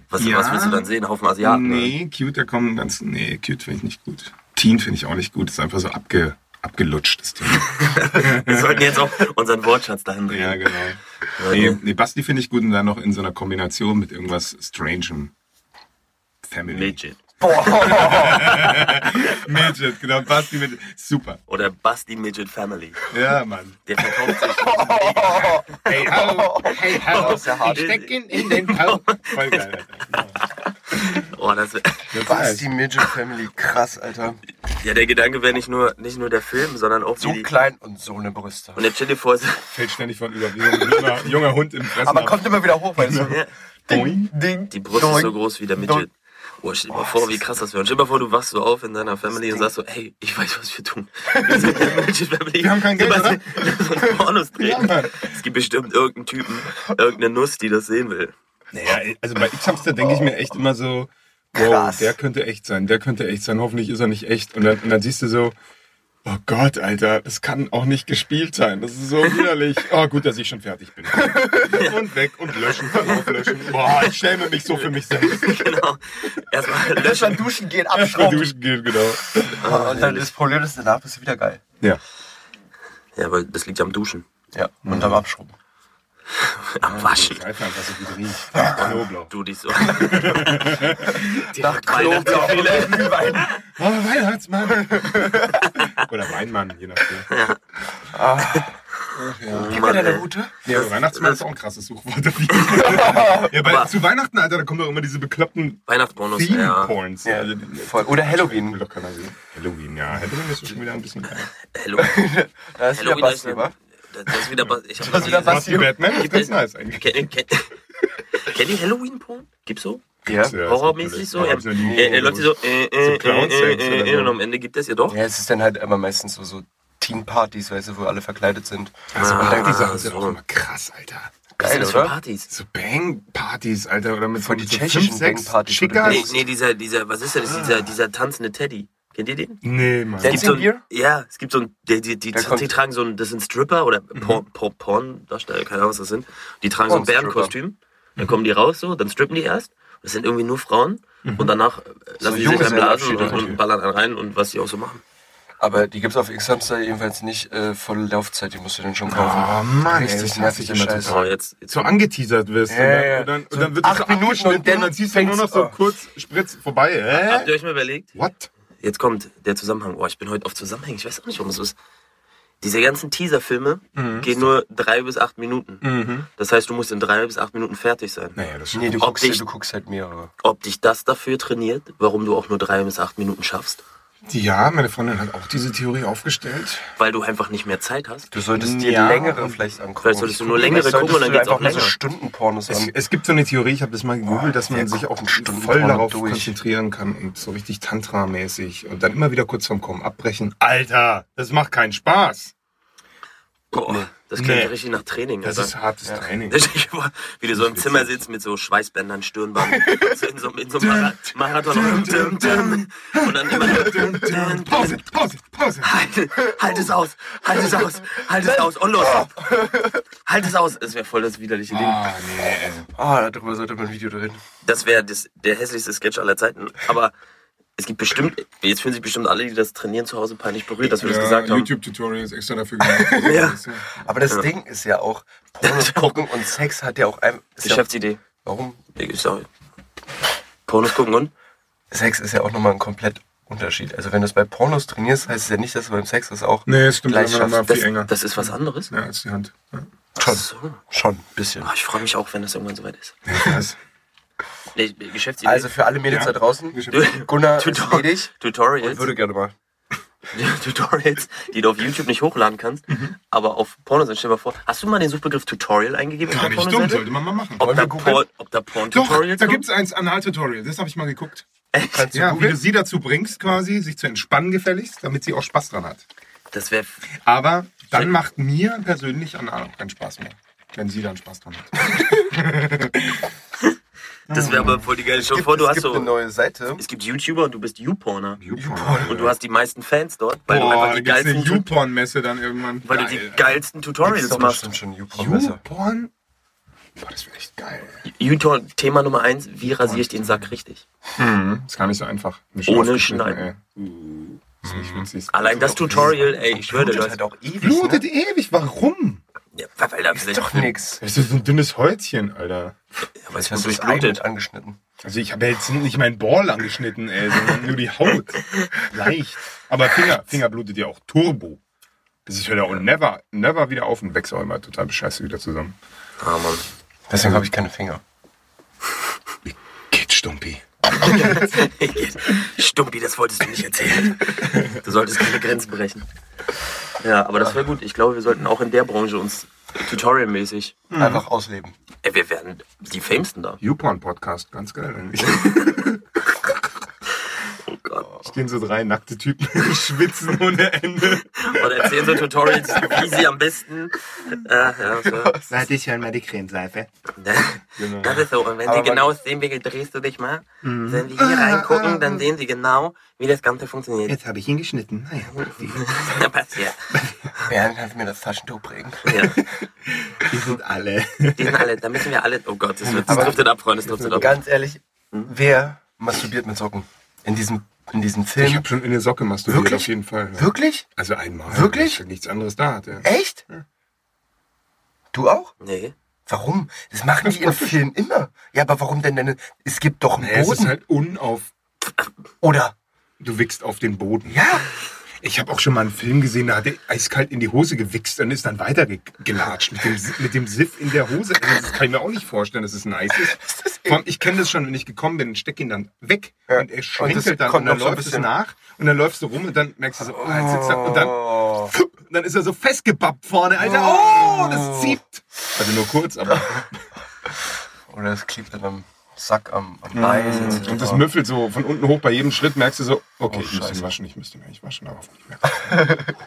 Was, Ja. was willst du dann sehen? Ein Haufen Asiaten. oder? nee, cute, da kommen ganz. Nee, cute finde ich nicht gut. Teen finde ich auch nicht gut. Ist einfach so abge, abgelutscht, das Teen. Wir sollten jetzt auch unseren Wortschatz dahin drehen. ja, genau. Nee, nee Basti finde ich gut und dann noch in so einer Kombination mit irgendwas Strangem. Family. Midget. Midget, genau. Basti mit. Super. Oder Basti Midget Family. Ja, Mann. Der verkauft sich. Hey, hallo. Hey, hallo. hart. Ich steck ihn in den Tau. Oh, Voll geil. Alter. Oh, das wär, Das Basti heißt, Midget Family, krass, Alter. ja, der Gedanke wäre nicht nur, nicht nur der Film, sondern auch So wie die, klein und so eine Brüste. Und jetzt stell dir vor, so, fällt ständig von Überwindung. Junger, junger Hund im Fressen. Aber ab. kommt immer wieder hoch, weißt du? Genau. Ja. Ding, ding. die Brust ist so groß wie der Midget. Doink. Oh, stell dir mal vor, wie krass das wäre. Und stell dir mal vor, du wachst so auf in deiner Family und sagst so, ey, ich weiß, was wir tun. Wir sind der Midget Family. Wir haben kein Geld, Sebastian, lass uns Pornos drehen. Mann. es gibt bestimmt irgendeinen Typen, irgendeine Nuss, die das sehen will. Naja, also bei X-Hamster denke ich mir echt immer so, wow, Krass. der könnte echt sein, der könnte echt sein, hoffentlich ist er nicht echt. Und dann, und dann siehst du so, oh Gott, Alter, das kann auch nicht gespielt sein, das ist so widerlich. Oh, gut, dass ich schon fertig bin. Und weg und löschen, Verlauf löschen. Boah, ich schäme mich so für mich selbst. Genau. Erstmal Löschern, halt löschen. duschen gehen, Erstmal abschrauben. duschen gehen, genau. Ah, Und dann das Problem ist, danach bist du wieder geil. Ja. Ja, weil das liegt ja am Duschen. Ja, und am Abschrauben. Ah, Am Waschen. Einfach, was so gut riecht. Nach Knoblauch. Du dich so. Nach Weihnachten- Knoblauch, Glühwein. Oh, Weihnachtsmann. Oder Weinmann, je nachdem. Gib mir deine Route. Ja, aber Also Weihnachtsmann ist auch ein krasses Suchwort. auf jeden Fall. ja, bei, zu Weihnachten, Alter, da kommen doch immer diese bekloppten Weihnachtsbonus, ja. Theme-Porns. Ja, Also, die- voll. Oder Halloween. Will doch keiner sehen. Halloween, ja. Halloween ist schon wieder ein bisschen geil. Halloween. Da ist wieder Halloween ist Basti, ein- wa? Das das ist wieder Basti. Ich hab Das ist wieder noch nie Basti. Basti Batman ist Gibt es- ganz nice eigentlich. gesehen. Kennt kennt- kennt ihr Halloween-Porn? Gibt's so? Ja. Ja, Horrormäßig ist so? Ja, natürlich- hab ich noch nie äh, äh, Leute so, äh, äh, Clown äh, Sex äh, oder äh, so. und am Ende gibt es ihr doch. Ja, es ist dann halt immer meistens so, so Teen-Partys, weißt du, wo alle verkleidet sind. Also, Ah, die Sachen sind so. auch immer krass, Alter. Was Geil, sind das für oder? Partys? So Bang-Partys, Alter. Oder mit so, Voll die mit so tschechischen fünf, sechs Bang-Partys, wo du Chicas. Nee, nee, dieser, dieser, was ist denn das? Dieser, dieser tanzende Teddy. Kennt ihr den? Nee, Mann. Dancing so ein, Gear? Ja, es gibt so ein, die, die, die, Da kommt- die tragen so ein, das sind Stripper oder Mhm. Porn, Porn, Porndarsteller, keine Ahnung, was das sind. Die tragen so ein Pornstripper. Bärenkostüm, Mhm. dann kommen die raus so, dann strippen die erst. Das sind irgendwie nur Frauen Mhm. und danach äh, lassen die sich dann blasen und, Junggesellenabschied und ballern einen rein und was die auch so machen. Aber die gibt's auf X-Hamster jedenfalls nicht äh, volle Laufzeit, die musst du dann schon kaufen. Oh, Mann, ey, Richtig das nervt mich nervige immer Scheiße. So, jetzt, jetzt So angeteasert wirst. ne? Ja, ja, ja. Und, dann, und, dann, So und dann wird das acht so Minuten und abgeschnitten und dann dann ziehst du nur noch fängt's- so oh. kurz Spritz vorbei. habt ihr Hä? euch mal überlegt? What? Jetzt kommt der Zusammenhang. Oh, ich bin heute auf Zusammenhang. Ich weiß auch nicht, warum es so ist. Diese ganzen Teaser-Filme Mhm. gehen nur drei bis acht Minuten. Das heißt, du musst in drei bis acht Minuten fertig sein. Naja, das Nee, du Ob guckst, dir- ich- du guckst halt mehrere. Ob dich das dafür trainiert, warum du auch nur drei bis acht Minuten schaffst? Ja, meine Freundin hat auch diese Theorie aufgestellt. Weil du einfach nicht mehr Zeit hast. Du solltest dir Ja. längere vielleicht angucken. Vielleicht solltest du nur Vielleicht längere solltest gucken und dann du geht's auch einfach nur So länger. Stundenpornos Es, an. Ähm, es gibt so eine Theorie, ich habe das mal gegoogelt, dass man der sich auch guckt Stunden voll vorne darauf durch. konzentrieren kann und so richtig Tantra-mäßig und dann immer wieder kurz vorm Kommen abbrechen. Alter, das macht keinen Spaß. Boah, das klingt Nee. richtig nach Training, Das Alter. ist hartes Training. Wie du so im Zimmer sitzt mit so Schweißbändern, Stirnband, so in so, in so einem Mara- Marathon. Dum, dum, dum. Und dann immer dum, dum, dum. Pause, Pause, Pause. Halt, halt es aus, halt es aus, halt es aus und los. Halt es aus. Das wäre voll das widerliche Ding. Ah, nee. Ah, darüber sollte man ein Video drehen. Das wäre das- der hässlichste Sketch aller Zeiten. Aber es gibt bestimmt, jetzt fühlen sich bestimmt alle, die das trainieren zu Hause peinlich berührt, dass wir das gesagt haben. YouTube-Tutorials extra dafür gemacht. Ja. Aber das Ding ist ja auch, Pornos gucken und Sex hat ja auch ein... Ist ja, Geschäftsidee. warum? Ich sag, Pornos gucken und? Sex ist ja auch nochmal ein komplett Unterschied. Also wenn du es bei Pornos trainierst, heißt es ja nicht, dass du beim Sex das auch Nee, es stimmt, gleich wenn man schaffst. Viel Das, enger. das ist was anderes? Ja, als die Hand. Ja. Schon, So. schon, ein bisschen. Ah, ich freue mich auch, wenn das irgendwann soweit ist. Krass. Nee, Geschäftsidee. Also für alle Mädels Ja. da draußen, Du- Gunnar ist Tutor ledig. Tutorials, Ich würde gerne mal. Tutorials, die du auf YouTube nicht hochladen kannst, Mhm. aber auf Pornos. Stell dir mal vor, hast du mal den Suchbegriff Tutorial eingegeben? Gar auf der nicht dumm, Pornoseite? sollte man mal machen. Ob da, wir googeln? Porn, ob da Porn Doch, Tutorials Äh, da gibt's eins Anal-Tutorial, das habe ich mal geguckt. Kannst du Ja, wie googeln? du sie dazu bringst, quasi, sich zu entspannen gefälligst, damit sie auch Spaß dran hat. Das wäre Aber dann macht mir persönlich an auch keinen Spaß mehr. Wenn sie dann Spaß dran hat. das Mhm. wär aber voll die geile Show. Vor, du es hast gibt so, eine neue Seite. es gibt YouTuber und du bist YouPorner. YouPorn. Und du hast die meisten Fans dort, weil du Boah, einfach da die gibt's eine geilsten, Tut- YouPorn-Messe dann irgendwann. weil du Geil. die geilsten Gibt's Tutorials doch machst. bestimmt schon YouPorn-Messer. YouPorn? Boah, das wäre echt geil. YouTube Thema Nummer eins, wie rasiere ich den Sack richtig? Ist gar nicht so einfach. Eine Ohne Schnaufgeschnitten, Schneiden. Mhm. ey. Uh, Ist nicht witzig. Allein das Tutorial, ey, ich schwöre dir, Blutet halt Leute. auch ewig, ne? Blutet ewig, warum? Ja, weil da vielleicht Doch nix. Das ist so ein dünnes Häutchen, Alter. aber es Hast ist du das Ei durchblutet. mit angeschnitten? Also ich habe jetzt nicht meinen Ball angeschnitten, ey, sondern nur die Haut. Leicht. Aber Finger, Finger blutet ja auch Turbo. Das ist hört ja auch never, never wieder auf und wächst auch immer total bescheiße wieder zusammen. Ah, Mann. Deswegen habe ich keine Finger. Geht Stumpi. Stumpi, das wolltest du nicht erzählen. Du solltest keine Grenzen brechen. Ja, aber das wäre gut. Ich glaube, wir sollten auch in der Branche uns tutorialmäßig. Einfach Mhm. ausleben. Ey, wir werden die Famesten da. YouPorn Podcast, ganz geil eigentlich. Oh Gott. Stehen so drei nackte Typen, schwitzen ohne Ende. Und erzählen so Tutorials, wie sie am besten. Äh, ja, so. Warte, ich höre mal die Cremeseife. Genau. Mhm. Das ist so. Und wenn sie genau sehen, wie drehst du dich mal, wenn sie Ah, hier reingucken, dann sehen sie genau, wie das Ganze funktioniert. Jetzt habe ich ihn geschnitten. Naja, Ja, passiert. Bernd hat mir das Taschentuch bringen. Ja, die sind alle. die sind alle, da müssen wir alle. Oh Gott, das, wird, das driftet ab, Freunde, das driftet ab. Also Ganz ehrlich, wer masturbiert mit Socken? In diesem, in diesem Ich Film? habe schon in der Socke masturbiert, Wirklich? auf jeden Fall. ja. Wirklich? Also einmal. Wirklich? weil ich Nichts anderes da hatte. Echt? Du auch? Nee. Warum? Das machen die im Film immer. Ja, aber warum denn denn? Es gibt doch einen Naja, es ist Boden. halt unauf. Oder? Du wickst auf den Boden. Ja. Ich habe auch schon mal einen Film gesehen, da hat er eiskalt in die Hose gewichst und ist dann weitergelatscht mit dem, mit dem Siff in der Hose. Also Das kann ich mir auch nicht vorstellen, dass es nice ist. Vor allem, ich kenne das schon, wenn ich gekommen bin, steck ihn dann weg Ja. und er Und das schwenkelt dann kommt und dann noch so ein läuft es bisschen- nach und dann läufst du rum und dann merkst du so, oh, jetzt sitzt er und dann, Oh. pfuh, und dann ist er so festgebappt vorne, Alter. Oh, das zieht. Also nur kurz, aber. Oder es klebt dann am Sack, am, am Bein. Und das müffelt so von unten hoch bei jedem Schritt, merkst du so, okay, Oh, ich muss ihn scheiße. waschen, ich müsste ihn eigentlich waschen, aber hoffentlich merkt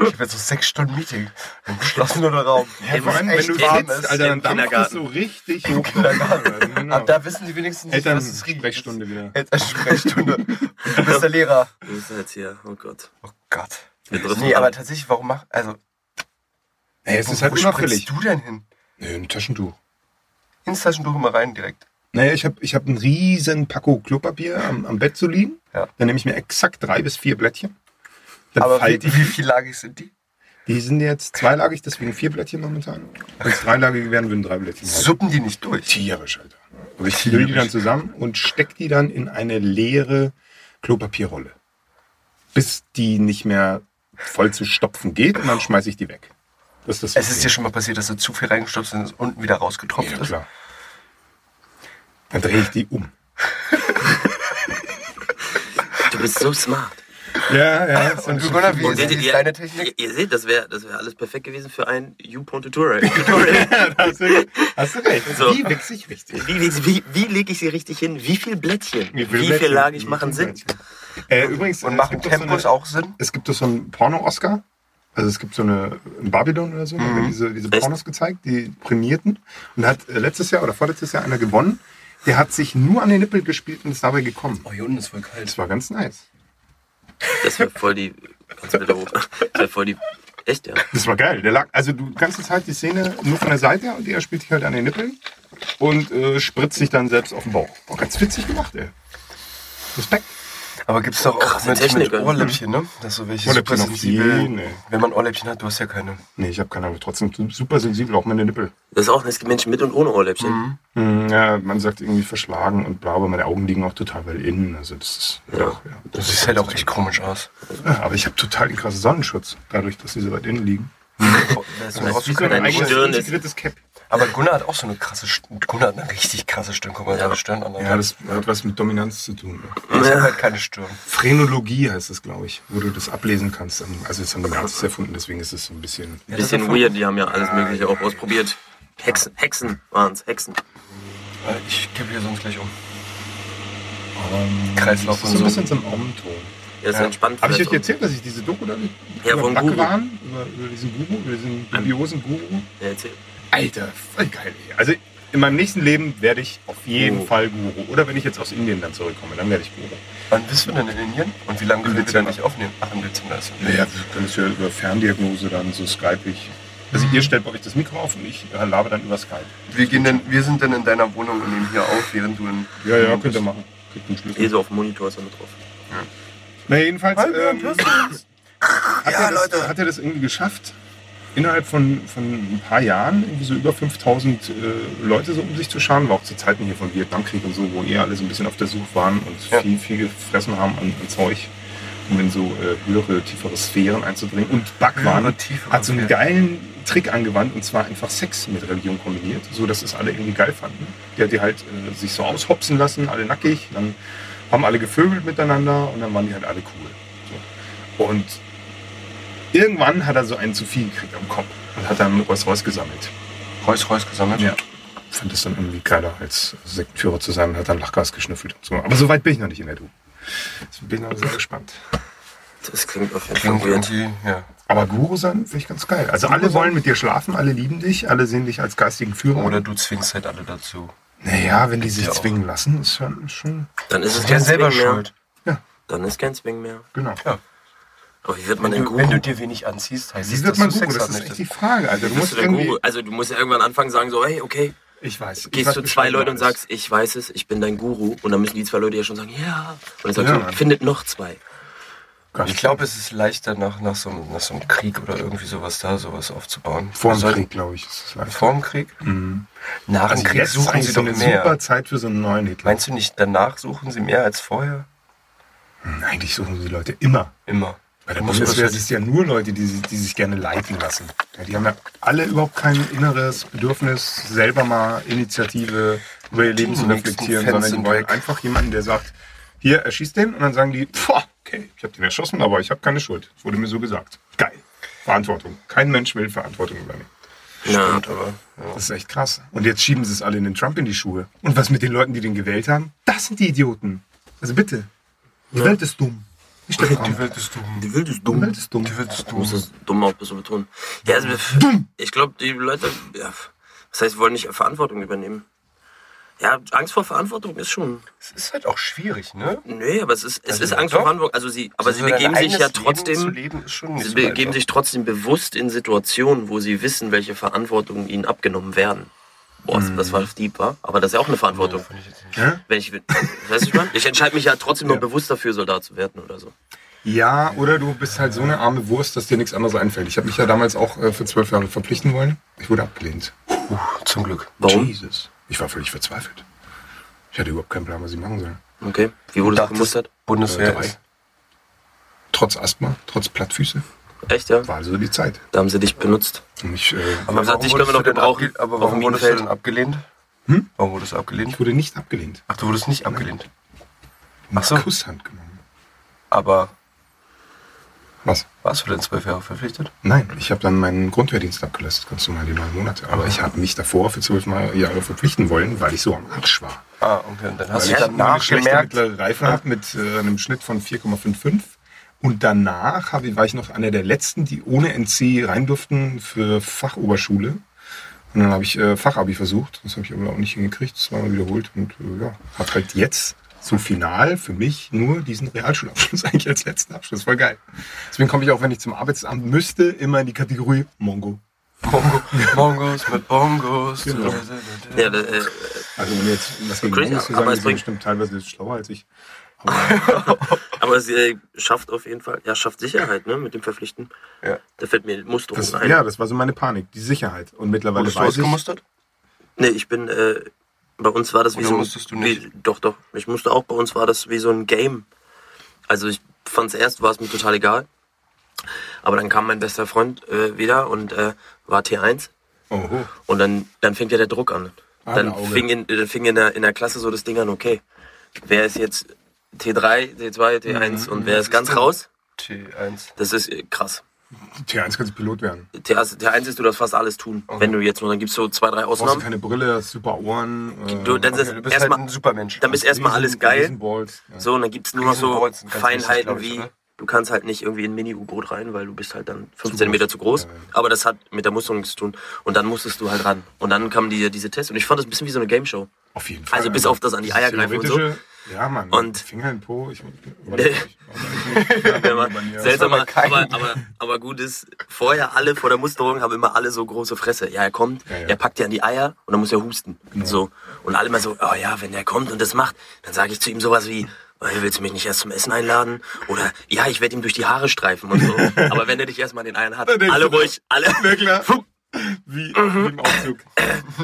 Ich habe jetzt so sechs Stunden Meeting. Im geschlossenen Raum. Ja, vor allem, wenn du warm sitzt, ist Alter, dann im dampft es Kindergarten. so richtig hoch. Kindergarten. Ab da wissen die wenigstens nicht, Genau. Eltern- was es riecht. Sprechstunde wieder. Elternsprechstunde. Und du bist der Lehrer. Das ist jetzt hier, oh Gott. Oh Gott. drücken Nee, an. aber tatsächlich, warum mach... Also, Ey, es wo, ist halt wo springst unauffällig. du denn hin? Nee, ein Taschentuch. Ins Taschentuch immer rein direkt. Naja, ich habe ich hab einen riesen Packo Klopapier am, am Bett zu liegen. Ja. Dann nehme ich mir exakt drei bis vier Blättchen. Dann Aber wie, falte ich. wie viel lagig sind die? Die sind jetzt zweilagig, deswegen vier Blättchen momentan. Wenn es dreilagige wären, würden drei Blättchen sein. Suppen die nicht durch? Tierisch, Alter. Aber ich löse die dann zusammen und steck die dann in eine leere Klopapierrolle. Bis die nicht mehr voll zu stopfen geht und dann schmeiße ich die weg. Das ist das Es ist System. dir schon mal passiert, dass du zu viel reingestopft hast und es unten wieder rausgetropft Ja, ist. klar. Dann drehe ich die um. Du bist so smart. Ja, ja. So ein Du, Gunnar, wie ist, Und seht wie ihr, ist deine Technik? Ihr, ihr seht, das wäre das wär alles perfekt gewesen für ein YouPorn-Tutorial. Tutorial. hast, du, hast du recht. So. Wie wichse ich richtig? wie wie, wie, wie lege ich sie richtig hin? Wie viel Blättchen? Wie viel, Blättchen, lage wie ich machen viel Sinn? Blättchen. Äh, übrigens, Und äh, machen es gibt doch Tempos so eine, auch Sinn? Es gibt doch so einen Porno-Oscar. Also es gibt so eine in Babylon oder so, da werden diese, diese Echt? Pornos gezeigt, die prämierten. Und da hat äh, letztes Jahr oder vorletztes Jahr einer gewonnen, der hat sich nur an den Nippel gespielt und ist dabei gekommen. Oh, hier unten ist voll kalt. Das war ganz nice. Das wäre voll die. Ganz bitte hoch. Das wäre voll die. Echt, ja. Das war geil. Der lag, also du kannst jetzt halt die Szene nur von der Seite und er spielt dich halt an den Nippel und äh, spritzt sich dann selbst auf den Bauch. Oh, ganz witzig gemacht, ey. Respekt. Aber gibt's doch auch Krasse mit, Technik, mit ja. Ohrläppchen, ne? Dass so welche Ohrläppchen super auf sensibel. jeden, ey. Wenn man Ohrläppchen hat, du hast ja keine. Nee, ich habe keine Ahnung. Trotzdem super sensibel, auch meine Nippel. Das ist auch, es gibt Menschen mit und ohne Ohrläppchen. Hm, Ja, man sagt irgendwie verschlagen und blau, aber meine Augen liegen auch total weit innen. Also das ist, ja. Ja, Das sieht halt auch echt komisch aus. Ja, aber ich habe total den krassen Sonnenschutz, dadurch, dass diese weit innen liegen. Das ist ist wie wie so ein ein Stirn. ist- integriertes Cap. Aber Gunnar hat auch so eine krasse Stirn. Gunnar hat eine richtig krasse Stirn. Guck mal, seine Stirn an. Ja, das hat was mit Dominanz zu tun. Ne? ich hab halt keine Stirn. Phrenologie heißt es, glaube ich, wo du das ablesen kannst. am- Also jetzt haben die Nazis erfunden, deswegen ist es so ein bisschen... Bisschen weird, die haben ja alles Mögliche auch ausprobiert. Hexen, Hexen waren's, Hexen. Äh, Ich kippe hier sonst gleich um. Ähm, Kreislauf Das ist so ein und so. bisschen so ein Augenton. Ja, das ist entspannt. Habe ich euch vielleicht erzählt, dass ich diese Doku da Ja, über vom Backe Guru. waren? Über, über diesen Guru, über diesen dubiosen Guru? auch. Ja, erzähl. Alter, voll geil. Ey. Also in meinem nächsten Leben werde ich auf jeden Fall Guru. Oder wenn ich jetzt aus Indien dann zurückkomme, dann werde ich Guru. Wann bist du denn in Indien? Und wie lange können wir denn Dezember. nicht aufnehmen? Ach, im Dezember ist Naja, wir können es ja über Ferndiagnose dann so Skype ich. Also ihr stellt bei euch das Mikro auf und ich äh, laber dann über Skype. wir, gehen dann, wir sind dann in deiner Wohnung und nehmen hier auf, während du in. Ja, ja, könnt ihr machen. Kriegt einen Eh Schlüssel. so auf dem Monitor ist er mit drauf. Na jedenfalls, ähm, hat, Ja, er das, Leute. hat er das irgendwie geschafft, innerhalb von, von ein paar Jahren irgendwie so über 5000 äh, Leute so um sich zu scharen. War auch zu Zeiten hier vom Vietnamkrieg und so, wo ihr alle so ein bisschen auf der Suche waren und Ja. viel, viel gefressen haben an, an Zeug, um in so äh, höhere, tiefere Sphären einzudringen. Und Bhagwan Höhere, tiefere hat so einen Sphären. geilen Trick angewandt und zwar einfach Sex mit Religion kombiniert, so dass es alle irgendwie geil fanden. Der hat die halt äh, sich so aushopsen lassen, alle nackig, dann haben alle gevögelt miteinander und dann waren die halt alle cool. So. Und irgendwann hat er so einen zu viel gekriegt am Kopf und hat dann Rolls Royce gesammelt. Reus, Reus gesammelt. Ja. Fand das dann irgendwie geiler als Sektenführer zu sein und hat dann Lachgas geschnüffelt und so. Aber so weit bin ich noch nicht in der Du. Jetzt bin ich noch sehr gespannt. Das klingt auf jeden Fall Irgendwie, weird. irgendwie, ja. Aber Guru sein finde ich ganz geil. Also alle wollen mit dir schlafen, alle lieben dich, alle sehen dich als geistigen Führer. Oder du zwingst halt alle dazu. Naja, wenn die sich Ja auch. zwingen lassen, ist schon, schon Dann ist es Ist ja kein selber Swing mehr. schuld. Dann ist kein Swing mehr. genau. Ja. Aber wie wird man Wenn denn du, Guru? wenn du dir wenig anziehst, heißt Wie es, wird dass man du Guru? Sex Das haben ist echt die möchtest. Frage, Alter. Du Bist musst du der Guru? irgendwie. Also du musst ja irgendwann anfangen sagen so, hey, okay, Ich weiß. ich gehst weiß du bestimmt zwei Leuten und alles. sagst, ich weiß es, ich bin dein Guru. Und dann müssen die zwei Leute ja schon sagen, ja. Und dann sagst Ja. du, findet noch zwei. Ich glaube, es ist leichter, nach, nach, so, einem- nach so einem Krieg oder irgendwie sowas da, sowas aufzubauen. Also Vor Wir dem sollten- Krieg, glaube ich, ist es leicht. Vor dem Krieg? Nach dem Also Krieg jetzt ist suchen eigentlich sie so doch eine mehr. super Zeit für so einen neuen Hitler. Meinst du nicht, danach suchen sie mehr als vorher? Eigentlich suchen die Leute immer. Immer. Bei der Du musst Bundeswehr das- sind es ja nur Leute, die, sich- die sich gerne leiten lassen. Ja, die haben ja alle überhaupt kein inneres Bedürfnis, selber mal Initiative über ihr Leben zu Die nächsten reflektieren, Fans sondern die sind wollen weg. einfach jemanden, der sagt, hier, erschießt den. Und dann sagen die, "Pfah, okay, ich habe den erschossen, aber ich habe keine Schuld. Das wurde mir so gesagt. Geil. Verantwortung. Kein Mensch will Verantwortung übernehmen. Na, aber. Das ist echt krass. Und jetzt schieben sie es alle in den Trump in die Schuhe. Und was mit den Leuten, die den gewählt haben? Das sind die Idioten. Also bitte. Die Welt ist dumm. Nicht der Trump. Welt Also, ist dumm. die Welt ist Die dumm. Welt ist dumm. Die Welt ist Du musst dumm. es dumm auch so betonen. Ja, also, ich glaube, die Leute, ja, das heißt, sie wollen nicht Verantwortung übernehmen. Ja, Angst vor Verantwortung ist schon. Es ist halt auch schwierig, ne? Nee, aber es ist, es Also, ist Angst doch. vor Verantwortung. Also sie, aber sie So dein begeben sich eigenes ja Leben trotzdem. zu leben ist schon nicht Sie so begeben einfach. sich trotzdem bewusst in Situationen, wo sie wissen, welche Verantwortungen ihnen abgenommen werden. Boah, das war deep, wa? Aber das ist ja auch eine Verantwortung. Fand Mhm. ich jetzt nicht. Wenn ich, weißt du, was ich meine? Ich entscheide mich ja trotzdem nur bewusst dafür, Soldat zu werden oder so. Ja, oder du bist halt so eine arme Wurst, dass dir nichts anderes einfällt. Ich habe mich ja damals auch äh, für zwölf Jahre verpflichten wollen. Ich wurde abgelehnt. Zum Glück. Warum? Jesus. Ich war völlig verzweifelt. Ich hatte überhaupt keinen Plan, was ich machen soll. Okay. Wie wurde das gemustert? Bundeswehr. Äh, ist- Trotz Asthma, trotz Plattfüße, Echt, ja? war also die Zeit. Da haben sie dich benutzt. Und ich, äh, Aber warum gesagt, dich können wir wurdest noch du denn gebrauchen. abge- Aber auf warum dem wurdest du Minenfeld. denn abgelehnt? Warum wurdest du abgelehnt? ich wurde nicht abgelehnt. Ach, du wurdest nicht abgelehnt. Mit so. Kusshand genommen. Aber Was? warst du denn zwölf Jahre verpflichtet? Nein, ich habe dann meinen Grundwehrdienst abgelassen, ganz normal die neun Monate. Aber ich habe mich davor für zwölf Mal- Jahre verpflichten wollen, weil ich so am Arsch war. Ah, okay. Und dann hast Weil du ich dann eine schlechte nachgemerkt. mittlere Reife habe mit äh, einem Schnitt von 4,55. Und danach hab ich, war ich noch einer der letzten, die ohne NC rein durften für Fachoberschule. Und dann habe ich äh, Fachabi versucht. Das habe ich aber auch nicht hingekriegt, zweimal wiederholt. Und äh, ja, habe halt jetzt zum Final für mich nur diesen Realschulabschluss eigentlich als letzten Abschluss. Voll geil. Deswegen komme ich auch, wenn ich zum Arbeitsamt müsste, immer in die Kategorie Mongo. Bongo, Bongos mit Bongos. Genau. Ja, da, äh, Also um jetzt was gegen Crazy, Mongos zu aber sagen, es die sind bringt- bestimmt teilweise schlauer als ich. aber sie äh, schafft auf jeden Fall, ja, schafft Sicherheit, ne, mit dem Verpflichten. Ja. Da fällt mir Musterung Das, ein. Oh, ja, das war so meine Panik, die Sicherheit. Und mittlerweile Wurdest du weiß ich, ausgemustert? Nee, ich bin, äh, bei uns war das wie Oder so. musstest du nicht? Wie, doch, doch. Ich musste auch, bei uns war das wie so ein Game. Also ich fand's erst, war es mir total egal. Aber dann kam mein bester Freund äh, wieder und äh, war T1 Oho. und dann, dann fängt ja der Druck an. Dann Adlerauge. fing, in, dann fing in, der, in der Klasse so das Ding an, okay, wer ist jetzt T3, T2, T1 und wer ist ganz raus? T1. Das ist äh, krass. T1 kannst du Pilot werden. T1, T1 ist, du darfst fast alles tun, wenn du jetzt nur, dann gibt's so zwei, drei Brauchst du Ausnahmen. keine Brille, hast super Ohren. Äh, Du, dann Okay, ist du bist halt erstmal ein Supermensch. dann ist erstmal alles Riesen- geil. Riesenballs, ja. So, und dann gibt es nur noch so Riesenbolzen, ganz Feinheiten wichtig, wie, glaub ich, oder? du kannst halt nicht irgendwie in ein Mini-U-Boot rein, weil du bist halt dann 15 Meter zu groß. Aber das hat mit der Musterung nichts zu tun. Und dann musstest du halt ran. Und dann kamen die, diese Tests. Und ich fand das ein bisschen wie so eine Game Show. Auf jeden Fall. Also bis auf das an die Eier greifen und so. theoretische- Ja, Mann. Und- Finger in Po. Ich, Wenn man- Seltsam, aber aber, kein- aber, aber, aber gut ist, vorher alle vor der Musterung haben immer alle so große Fresse. Ja, er kommt, ja. Genau. er packt dir an die Eier und dann muss er husten. So. Und alle mal so, oh ja, wenn er kommt und das macht, dann sage ich zu ihm sowas wie, oh, willst du mich nicht erst zum Essen einladen? Oder ja, ich werde ihm durch die Haare streifen und so. aber wenn er dich erstmal in den Eiern hat, denkst alle du, ruhig, alle. Na klar. Wie, Mhm. wie im Aufzug.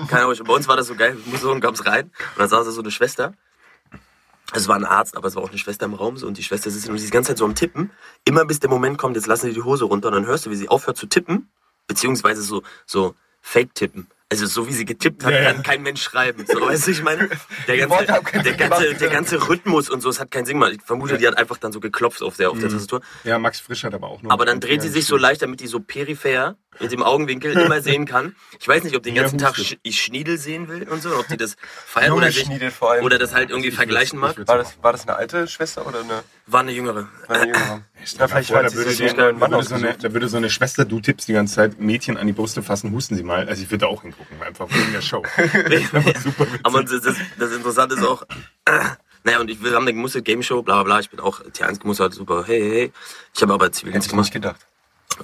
Keine Ahnung, bei uns war das so geil, Musterung kam es rein und dann saß da so eine Schwester. Es war ein Arzt, aber es war auch eine Schwester im Raum so und die Schwester sitzt und die ist die ganze Zeit so am Tippen. Immer bis der Moment kommt, jetzt lassen sie die Hose runter und dann hörst du, wie sie aufhört zu tippen, beziehungsweise so, so Fake-Tippen. Also so wie sie getippt hat, Ja, ja. kann kein Mensch schreiben. So, weißt du, ich meine, der Worte haben ganze, keinen der, Sinn gemacht. ganze, der ganze Rhythmus und so, es hat keinen Sinn gemacht. Ich vermute, die hat einfach dann so geklopft auf der, auf der Mhm. Tastatur. Ja, Max Frisch hat aber auch noch. Aber dann dreht sie sich so leicht, damit die so peripher mit dem Augenwinkel immer sehen kann. Ich weiß nicht, ob den Ja, ganzen Tag hustet. Sch ich Schniedel sehen will und so, ob die das feiern Junge oder, sich, Schniedel vor allem. oder das halt irgendwie Ich vergleichen will's- ich will's- mag. War das, war das eine alte Schwester oder eine, War eine jüngere. eine jüngere? Ja, vielleicht vor, hat da, sie würde sich die, einen neuen da, Mann würde so eine, ausgesucht. da würde so eine Schwester, du tippst die ganze Zeit, Mädchen an die Brüste fassen, husten sie mal. Also ich würde da auch hingucken, einfach wegen der Show. super witzig. Aber das, das, das Interessante ist auch, naja, und ich will, haben eine gemustert, Game Show, bla bla bla, ich bin auch T1 gemustert, super, hey, hey, hey. Ich habe aber Hätte Zivildienst ich nicht gemacht. gedacht.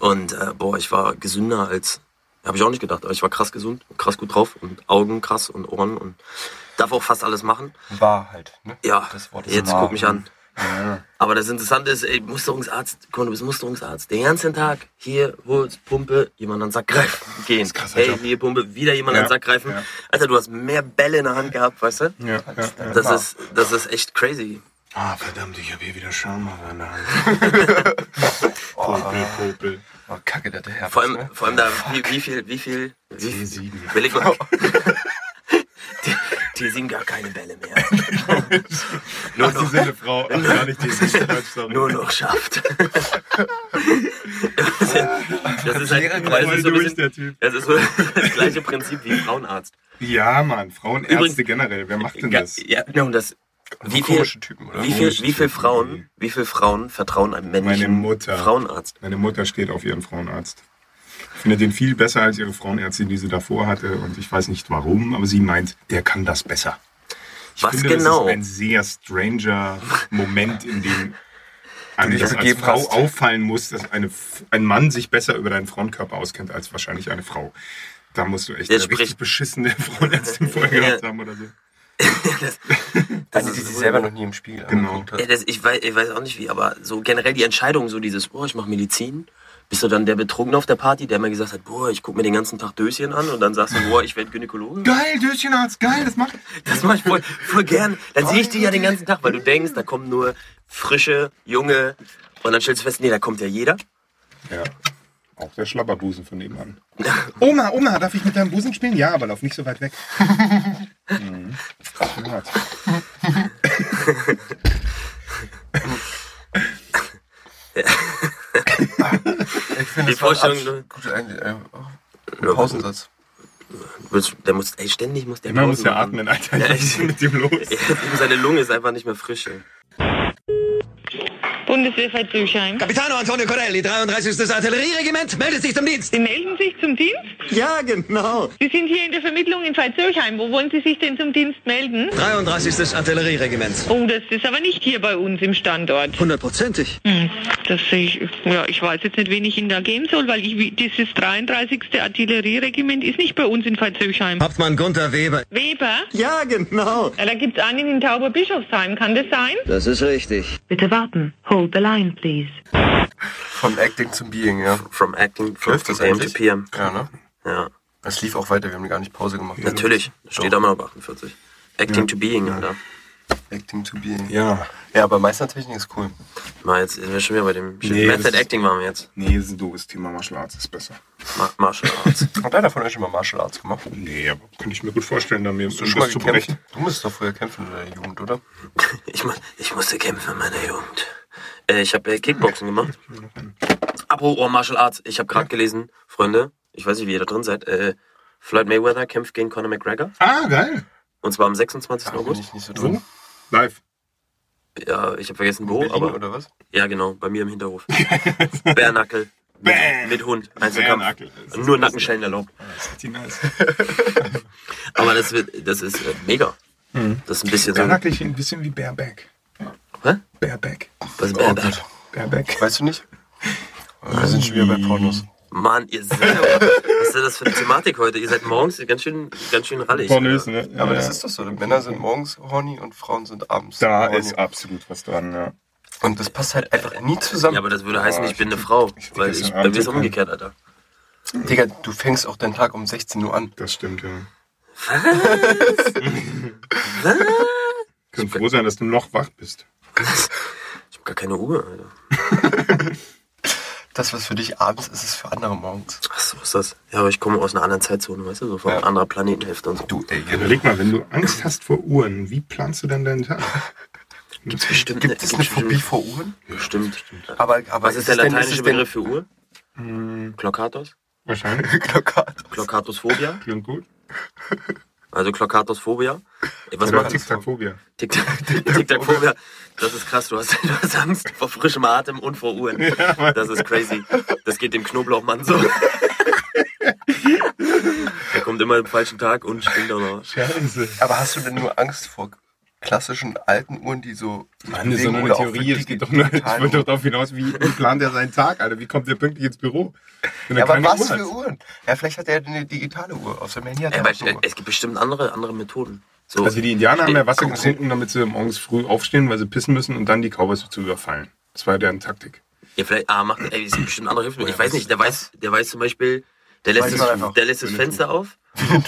Und äh, boah, ich war gesünder als. Habe ich auch nicht gedacht, aber ich war krass gesund, krass gut drauf und Augen krass und Ohren und darf auch fast alles machen. War halt, ne? Ja, Das Wort ist Oh, jetzt wahr. guck mich an. Aber das Interessante ist, ey, Musterungsarzt, komm, du bist Musterungsarzt. Den ganzen Tag hier, holst Pumpe, jemand an den Sack greifen, gehen. krasser Hey, Job. hier Pumpe, wieder jemand Ja, an den Sack greifen. ja. Alter, du hast mehr Bälle in der Hand gehabt, weißt du? Ja, ja, ja. Das ist, das ist echt crazy. Ah, verdammt, ich habe hier wieder Schamhaare an der Hand. Popel, Popel. Oh, kacke, der Herbst, Vor allem, ne? vor allem da, wie, wie viel, wie viel, wie viel, T7. Will ich mal. Die sind gar keine Bälle mehr. nur, Ach, Sie noch, sind eine Frau, ach, gar nicht die Sicherheitsstory. nur noch schafft. das ist Voll halt, das ist so ein durch, bisschen, der Typ. Das ist so das gleiche Prinzip wie Frauenarzt. Ja, Mann, Frauenärzte Übrigens- generell, wer macht denn Ga- das? Ja, ja, und das. Wie viel, komische Typen, oder? wie, viel, Komische wie, viel Typen, Frauen, wie viel Frauen vertrauen einem männlichen Meine Mutter. Frauenarzt? Meine Mutter steht auf ihren Frauenarzt. Findet den viel besser als ihre Frauenärztin, die sie davor hatte. Und ich weiß nicht warum, aber sie meint, der kann das besser. Ich Was finde, genau? Das ist ein sehr stranger Moment, in dem einem dich das als begeben Frau hast. auffallen muss, dass eine, F- ein Mann sich besser über deinen Frauenkörper auskennt als wahrscheinlich eine Frau. Da musst du echt Der eine richtig spricht- beschissene Frauenärztin vorher gehabt haben oder so. Also, Eine, die sich selber noch nie im Spiegel Genau. angeguckt Ja, hat. das, ich, weiß, ich weiß auch nicht wie, aber so generell die Entscheidung, so dieses, boah, ich mache Medizin. Bist du dann der Betrogene auf der Party, der mir gesagt hat, boah, ich guck mir den ganzen Tag Döschen an und dann sagst du, boah, ich werde Gynäkologe? Geil, Döschenarzt, geil, das macht. Das mache ich voll, voll gern. Dann sehe ich die ja den ganzen Tag, weil du denkst, da kommen nur frische, junge und dann stellst du fest, nee, da kommt ja jeder. Ja. Auch der Schlapperbusen von nebenan. Oma, Oma, darf ich mit deinem Busen spielen? Ja, aber lauf nicht so weit weg. Mhm. Schon hart. finde, Die das war ein Vorstellung, absolut ne? guter eigentlich, äh, auch ein Pausensatz. Willst- Der muss, ey, ständig muss der Immer muss Pausen ja machen. atmen, Alter. Ja, Was ist denn mit dem los? Ja, seine Lunge ist einfach nicht mehr frisch. Ey. Bundeswehr Friedrichshain. Capitano Antonio Corelli, 33. Artillerieregiment, meldet sich zum Dienst. Sie melden sich zum Dienst? Ja, genau. Sie sind hier in der Vermittlung in Veitshöchheim. Wo wollen Sie sich denn zum Dienst melden? 33. Artillerieregiment. Oh, das ist aber nicht hier bei uns im Standort. Hundertprozentig. Hm, das sehe ich, ja, ich weiß jetzt nicht, wen ich Ihnen da geben soll, weil ich, wie- dieses 33. Artillerieregiment ist nicht bei uns in Veitshöchheim. Hauptmann Gunther Weber. Weber? Ja, genau. Ja, da gibt's einen in Tauberbischofsheim, kann das sein? Das ist richtig. Bitte warten. Hold the line, please. Vom Acting zum Being, ja. From acting from Läuft das AM to eigentlich? PM. Ja, ne? Ja, Es lief auch weiter, wir haben gar nicht Pause gemacht. natürlich. Steht da mal auf 48. Acting to being, Alter. Acting to Being. Ja, Ja, aber Meistertechnik ist cool. Mal, jetzt sind wir schon wieder bei dem Shit. Nee, das Method ist- Acting machen wir jetzt. nee, das ist ein doofes Thema. Martial Arts ist besser. Ma Martial Arts. Hat einer von euch schon mal Martial Arts gemacht? Hast Nee, aber kann ich mir gut vorstellen, da mir du schon mal irgendwas zu gekämpft? brechen. Du musstest doch früher kämpfen in der Jugend, oder? ich, mu- ich musste kämpfen in meiner Jugend. Äh, ich habe äh, Kickboxen gemacht. Apropos oh, Martial Arts. Ich habe gerade gelesen, Freunde, ich weiß nicht, wie ihr da drin seid, äh, Floyd Mayweather kämpft gegen Conor McGregor. Ah, geil. Und zwar am 26. Da bin August. ich nicht so Oh, Wo? drin. Live. Ja, ich habe vergessen wo, Berlin, aber... oder was? Ja, genau, bei mir im Hinterhof. Bärnackel. Mit, Bam. mit Hund. Einzelkampf. Bärnackel. Das ist Nur Nackenschellen erlaubt. Die nice. Aber das, wird, das ist äh, mega. Das ist ein bisschen so. Bärnackel klingt ein bisschen wie Bareback. Hä? Bareback. Was ist Bärnackel? Gott. Bareback. Weißt du nicht? Wir sind schon wieder bei Pornos. Mann, ihr seid aber, Was ist denn das für eine Thematik heute? Ihr seid morgens ganz schön, ganz schön rallig. Pornös, Alter. ne? Aber das ist doch so. Männer sind morgens horny und Frauen sind abends Da horny. ist absolut was dran, ja. Und das passt halt einfach nie zusammen. Ja, aber das würde heißen, Ja, ich bin eine Frau. ich- Weil ich- ich, bei mir ich- ist umgekehrt, Alter. Digga, du fängst auch deinen Tag um 16 Uhr an. Das stimmt, ja. Können froh sein, dass du noch wach bist. Ich hab gar keine Uhr, Alter. Das, was für dich abends ist, ist für andere morgens. Ach so ist das. Ja, aber ich komme aus einer anderen Zeitzone, weißt du? So von Ja. anderer Planetenhälfte und so. Du, ey, ne? Überleg mal, wenn du Angst hast vor Uhren, wie planst du dann deinen Tag? Gibt's bestimmt Gibt es eine Phobie vor Uhren? Bestimmt. Aber, aber Was ist der es denn- es lateinische denn- Begriff für Uhr? Klokatos? Wahrscheinlich. Glockat. Klokatosphobia? Klingt gut. Also Klokatosphobia. Ey, Was Oder macht Tic-Tac-Phobia. Tic-Tac-Phobia? Das ist krass, du hast, du hast Angst vor frischem Atem und vor Uhren. Das ist crazy. Das geht dem Knoblauchmann so. Er kommt immer am falschen Tag und springt auch noch. Scheiße. Aber hast du denn nur Angst vor klassischen alten Uhren, die so. Mann, so bewegen eine oder auch Theorie, für es geht doch nur, ich digitalen will doch Uhren? darauf hinaus, wie, wie plant er seinen Tag, Alter? Wie kommt der pünktlich ins Büro? Wenn Ja, er aber keine was Uhr hat. für Uhren? Ja, vielleicht hat er eine digitale Uhr. Auf seinem Handy hat Ey, er aber auch eine Uhr. es gibt bestimmt andere, andere Methoden. So. Also die Indianer haben ja Wasser Guck mal. getrunken, damit sie morgens früh aufstehen, weil sie pissen müssen und dann die Cowboys zu überfallen. Das war deren Taktik. Ja, vielleicht, ah, macht, ey, es gibt bestimmt andere Hilfsmittel. Ich weiß nicht, der weiß, der weiß zum Beispiel, der lässt, Weiß das, man einfach. der lässt das Fenster auf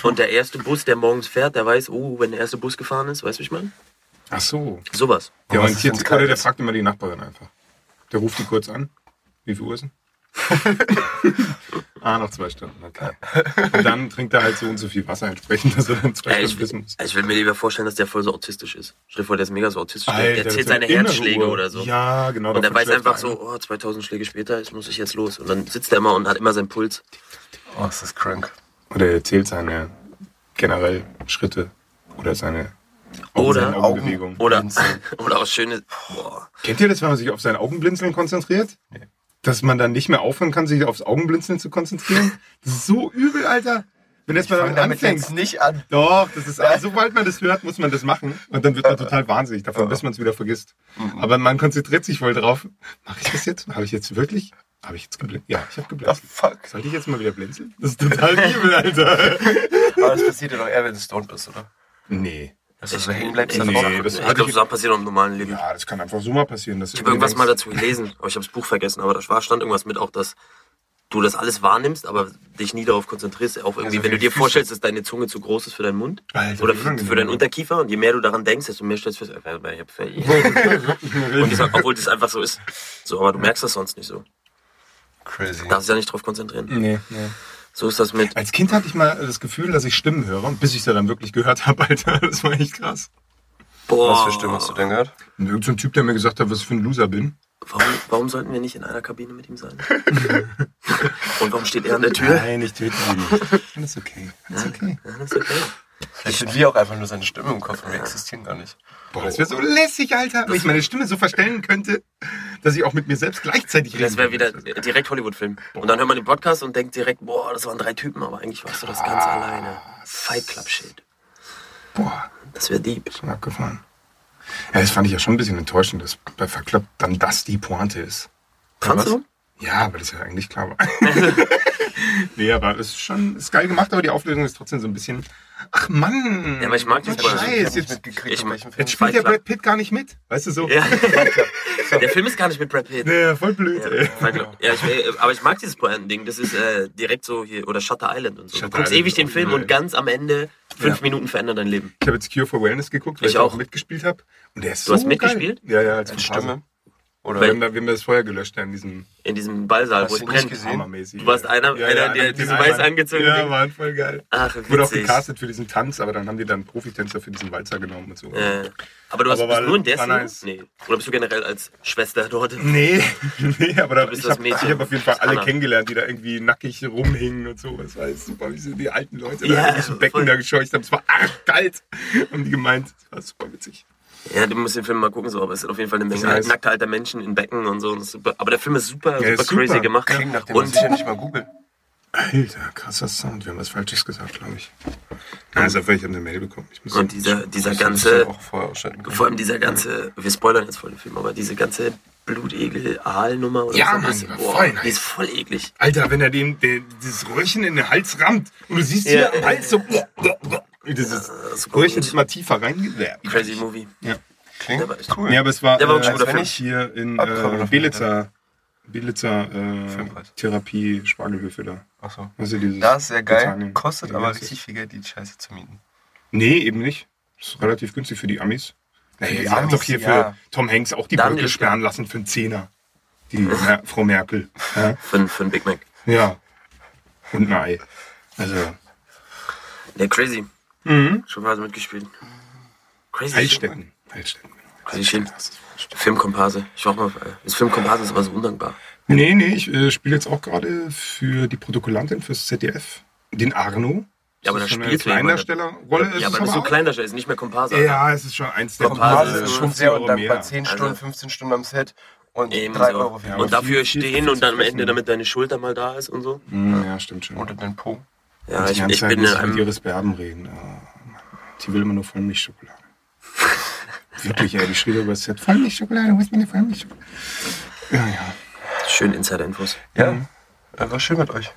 und der erste Bus, der morgens fährt, der weiß, oh, wenn der erste Bus gefahren ist, weißt du, wie ich meine? Ach so. Sowas. Der Aber was orientiert ist, wenn's sich, kalt oder der ist? fragt immer die Nachbarin einfach. Der ruft die kurz an. Wie viel Uhr ist denn? ah, noch zwei Stunden, okay. Und dann trinkt er halt so und so viel Wasser entsprechend, dass er dann zwei Ey, Stunden Äh, ich, also pissen muss. ich will mir lieber vorstellen, dass der voll so autistisch ist. Stell dir vor, der ist mega so autistisch. der- Alter, der das zählt ist eine seine innere Herzschläge Uhr. oder so. Ja, genau. und der davon weiß schläft einfach ein. so, oh, 2000 Schläge später, jetzt muss ich jetzt los. Und dann sitzt er immer und hat immer seinen Puls. Oh, ist das krank. Oder er zählt seine generell Schritte oder seine Oder seine Augenbewegung. Oder, Blinzeln. oder auch schöne. Boah. Kennt ihr das, wenn man sich auf sein Augenblinzeln konzentriert? Dass man dann nicht mehr aufhören kann, sich aufs Augenblinzeln zu konzentrieren? Das ist so übel, Alter. Wenn jetzt mal Fang damit damit jetzt anfängst. nicht an. Doch, das ist, also, sobald man das hört, muss man das machen. Und dann wird man total wahnsinnig davon, bis man es wieder vergisst. Aber man konzentriert sich voll drauf. Mache ich das jetzt? Habe ich jetzt wirklich? Habe ich jetzt geblinzelt? Ja, ich habe Ah, geblinzelt. fuck. Sollte ich jetzt mal wieder blinzeln? Das ist total übel, Alter. Aber das passiert ja doch eher, wenn du stoned bist, oder? Nee. Dass du so hängen bleibst. Nee, dann das- ich glaube, Sachen passieren auch im normalen Leben. Ja, das kann einfach so mal passieren. Dass Ich habe irgendwas mal dazu gelesen, aber ich habe das Buch vergessen. Aber da war- stand irgendwas mit auch, dass du das alles wahrnimmst, aber dich nie darauf konzentrierst. Auch irgendwie, Also wenn du die dir Füße. vorstellst, dass deine Zunge zu groß ist für deinen Mund Alter, oder wie für, unangenehm. für deinen Unterkiefer und je mehr du daran denkst, desto mehr stellst du fest, äh, ich hab und das, obwohl das einfach so ist. So, aber du merkst das sonst nicht so. Crazy. Du darfst dich ja nicht drauf konzentrieren. Nee, nee. So ist das mit. Als Kind hatte ich mal das Gefühl, dass ich Stimmen höre, bis ich sie dann wirklich gehört habe, Alter. Das war echt krass. Boah. Was für Stimmen hast du denn gehört? Und irgend so ein Typ, der mir gesagt hat, was ich für ein Loser bin. Warum, warum sollten wir nicht in einer Kabine mit ihm sein? Und warum steht er an der Tür? Nein, ich töte ihn nicht. Alles okay. Alles okay. Ja, das ist okay. Vielleicht sind wir auch einfach nur seine Stimme im Kopf und wir existieren gar nicht. Boah, das wäre so lässig, Alter, wenn ich meine Stimme so verstellen könnte, dass ich auch mit mir selbst gleichzeitig reden Das wäre wieder kann. direkt Hollywood-Film. Und dann hört man den Podcast und denkt direkt, boah, das waren drei Typen, aber eigentlich warst du das ganz Ah. alleine. Fight Club-Shit. Boah, Das wäre deep. schon abgefahren. Ja, das fand ich ja schon ein bisschen enttäuschend, dass bei Verklappt dann das die Pointe ist. Fandst du? Ja, weil das ja eigentlich klar war. nee, aber es ist schon ist geil gemacht, aber die Auflösung ist trotzdem so ein bisschen. Ach Mann! Ja, aber ich mag das Mann, bei- Scheiß, nicht jetzt, mitgekriegt, ich- in welchem Film. jetzt spielt der Fight Club. Brad Pitt gar nicht mit. Weißt du so? Ja. Der Film ist gar nicht mit Brad Pitt. Ja, voll blöd, Ja, ey. Fight Club. ja ich, äh, aber ich mag dieses Pointen-Ding. Das ist äh, direkt so hier, oder Shutter Island und so. Shutter du guckst Island ewig den ist auch Film geil. und ganz am Ende, fünf Ja. Minuten verändern dein Leben. Ich habe jetzt Cure for Wellness geguckt, weil Ich ich, auch auch. mitgespielt habe. Und der ist Du so hast mitgespielt? Geil. Ja, ja, als Als Komparse. Stimme? Oder wenn, da, wenn wir das Feuer gelöscht haben, diesen In diesem Ballsaal, Hast wo du es ihn nicht brennt. gesehen? hammermäßig. Du warst einer- einer, der mit diesen diesem weiß Eimer. angezogenen Ja, Ding. Mann, voll geil. Ach, Wurde auch witzig. gecastet für diesen Tanz, aber dann haben die dann Profitänzer für diesen Walzer genommen und so. Äh, aber du hast, Aber bist war- du nur in der war Szene? nice. Nee. Oder bist du generell als Schwester dort? Nee, nee, aber da, bist ich das habe Mädchen. hab auf jeden Fall alle Anna. kennengelernt, die da irgendwie nackig rumhingen und so. Das war jetzt super, wie sie die alten Leute Ja, da irgendwie im Becken voll. da gescheucht haben. Es war arg kalt, haben die gemeint. Das war super witzig. Ja, du musst den Film mal gucken, so, aber es sind auf jeden Fall eine Menge Das heißt- nackter alter Menschen in Becken und so. Und das ist super. Aber der Film ist super, super, Ja, ist super. crazy gemacht. Klingt nach dem, was und ich ja nicht mal google. Alter, krasser Sound. Wir haben was Falsches gesagt, glaube ich. Nein, ist einfach, ich habe eine Mail bekommen. Ich muss und dieser, dieser Das hättest ganze, du auch vorher ausschalten können. vor allem dieser ganze, wir spoilern jetzt voll den Film, aber diese ganze Blutegel-Aal-Nummer oder Ja, was Mann, auch immer, die war boah, voll nice. Die ist voll eklig. Alter, wenn er den, den, dieses Röhrchen in den Hals rammt und du siehst hier Ja. am Hals so. Dieses super Röhrchen gut. ist mal tiefer reingewerbt. Crazy Movie. Klingt Der war echt cool. Ja, aber es war, Der war wirklich als guter wenn Film. ich hier in Abgefahren äh, auf jeden Belitzer, Belitzer äh, Filmpreis. Therapie Spargelhöfe da. Ach so. Also dieses Ja, ist sehr geil. Britannien- Kostet Ja, aber das ist- richtig viel Geld, die Scheiße zu mieten. Nee, eben nicht. Ist relativ günstig für die Amis. Naja, die die haben Amis, doch hier ja. für Tom Hanks auch die Dann Brücke ist- sperren lassen für einen Zehner. Die Mer Frau Merkel. Ja. Für, für einen Big Mac. ja. Und ein Ei. Also, Der Crazy. Mhm. Schon mal so mitgespielt. Crazy. Shit. Heilstätten. Heilstätten. Crazy Shit. Filmkomparse. Ich hoffe mal, das Filmkomparse ist aber so undankbar. Nee, nee, ich äh, spiele jetzt auch gerade für die Protokollantin fürs ZDF. Den Arno. Ja, aber Das ist da schon spielst du eine jemanden. Kleindarstellerrolle. Es Ja, ist aber das ist so auch- ein Kleindarsteller, ist nicht mehr Komparse. Alter. Ja, es ist schon eins der Komparse Das ist ist schon schon 50 sehr Euro undankbar. mehr. 10 Stunden, 15 Stunden am Set und Eben 3 so. Euro für und dafür viel- viel- stehen viel und dann am zu fressen. Ende, damit deine Schulter mal da ist und so. Hm, ja, stimmt schon. Oder den Po. Ja, die ich, ganze ich Zeit bin muss ähm, in ich mit einem. Iris Berben reden. Ah, Mann. die will immer nur Vollmilchschokolade. Wirklich, ey, die schrieb über das Set, Vollmilchschokolade, wo ist meine Vollmilchschokolade? Ja, ja. Schön Insider-Infos. Ja, äh, war schön mit euch.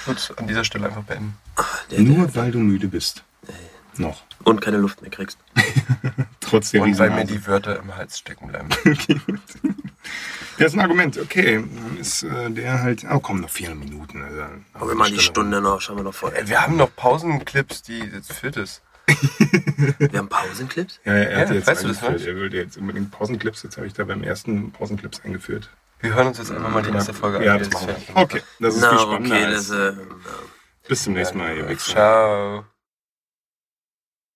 Ich würde es an dieser Stelle einfach beenden. Der- der- Nur weil du müde bist. Noch. Und keine Luft mehr kriegst. Trotz der Äh. Und weil mir Riesennase. die Wörter im Hals stecken bleiben. Das ist ein Argument, okay. Dann ist äh, der halt, oh komm, noch vier Minuten. Also, Aber immer die Stunde noch, schauen wir noch vor. Ey, Wir haben noch Pausenclips, die jetzt fit ist. Wir haben Pausenclips? Ja, ja, er hat Ja, jetzt weißt du das, eingeführt. ne? Er wollte jetzt unbedingt Pausenclips, jetzt habe ich da beim ersten Pausenclips eingeführt. Wir hören uns jetzt einfach mal die erste Folge Ja, an. das die jetzt machen fertig wir. Okay, das ist viel Na, spannender. okay, als- das äh, Bis zum nächsten Mal, ihr ist. Wichser. Ciao.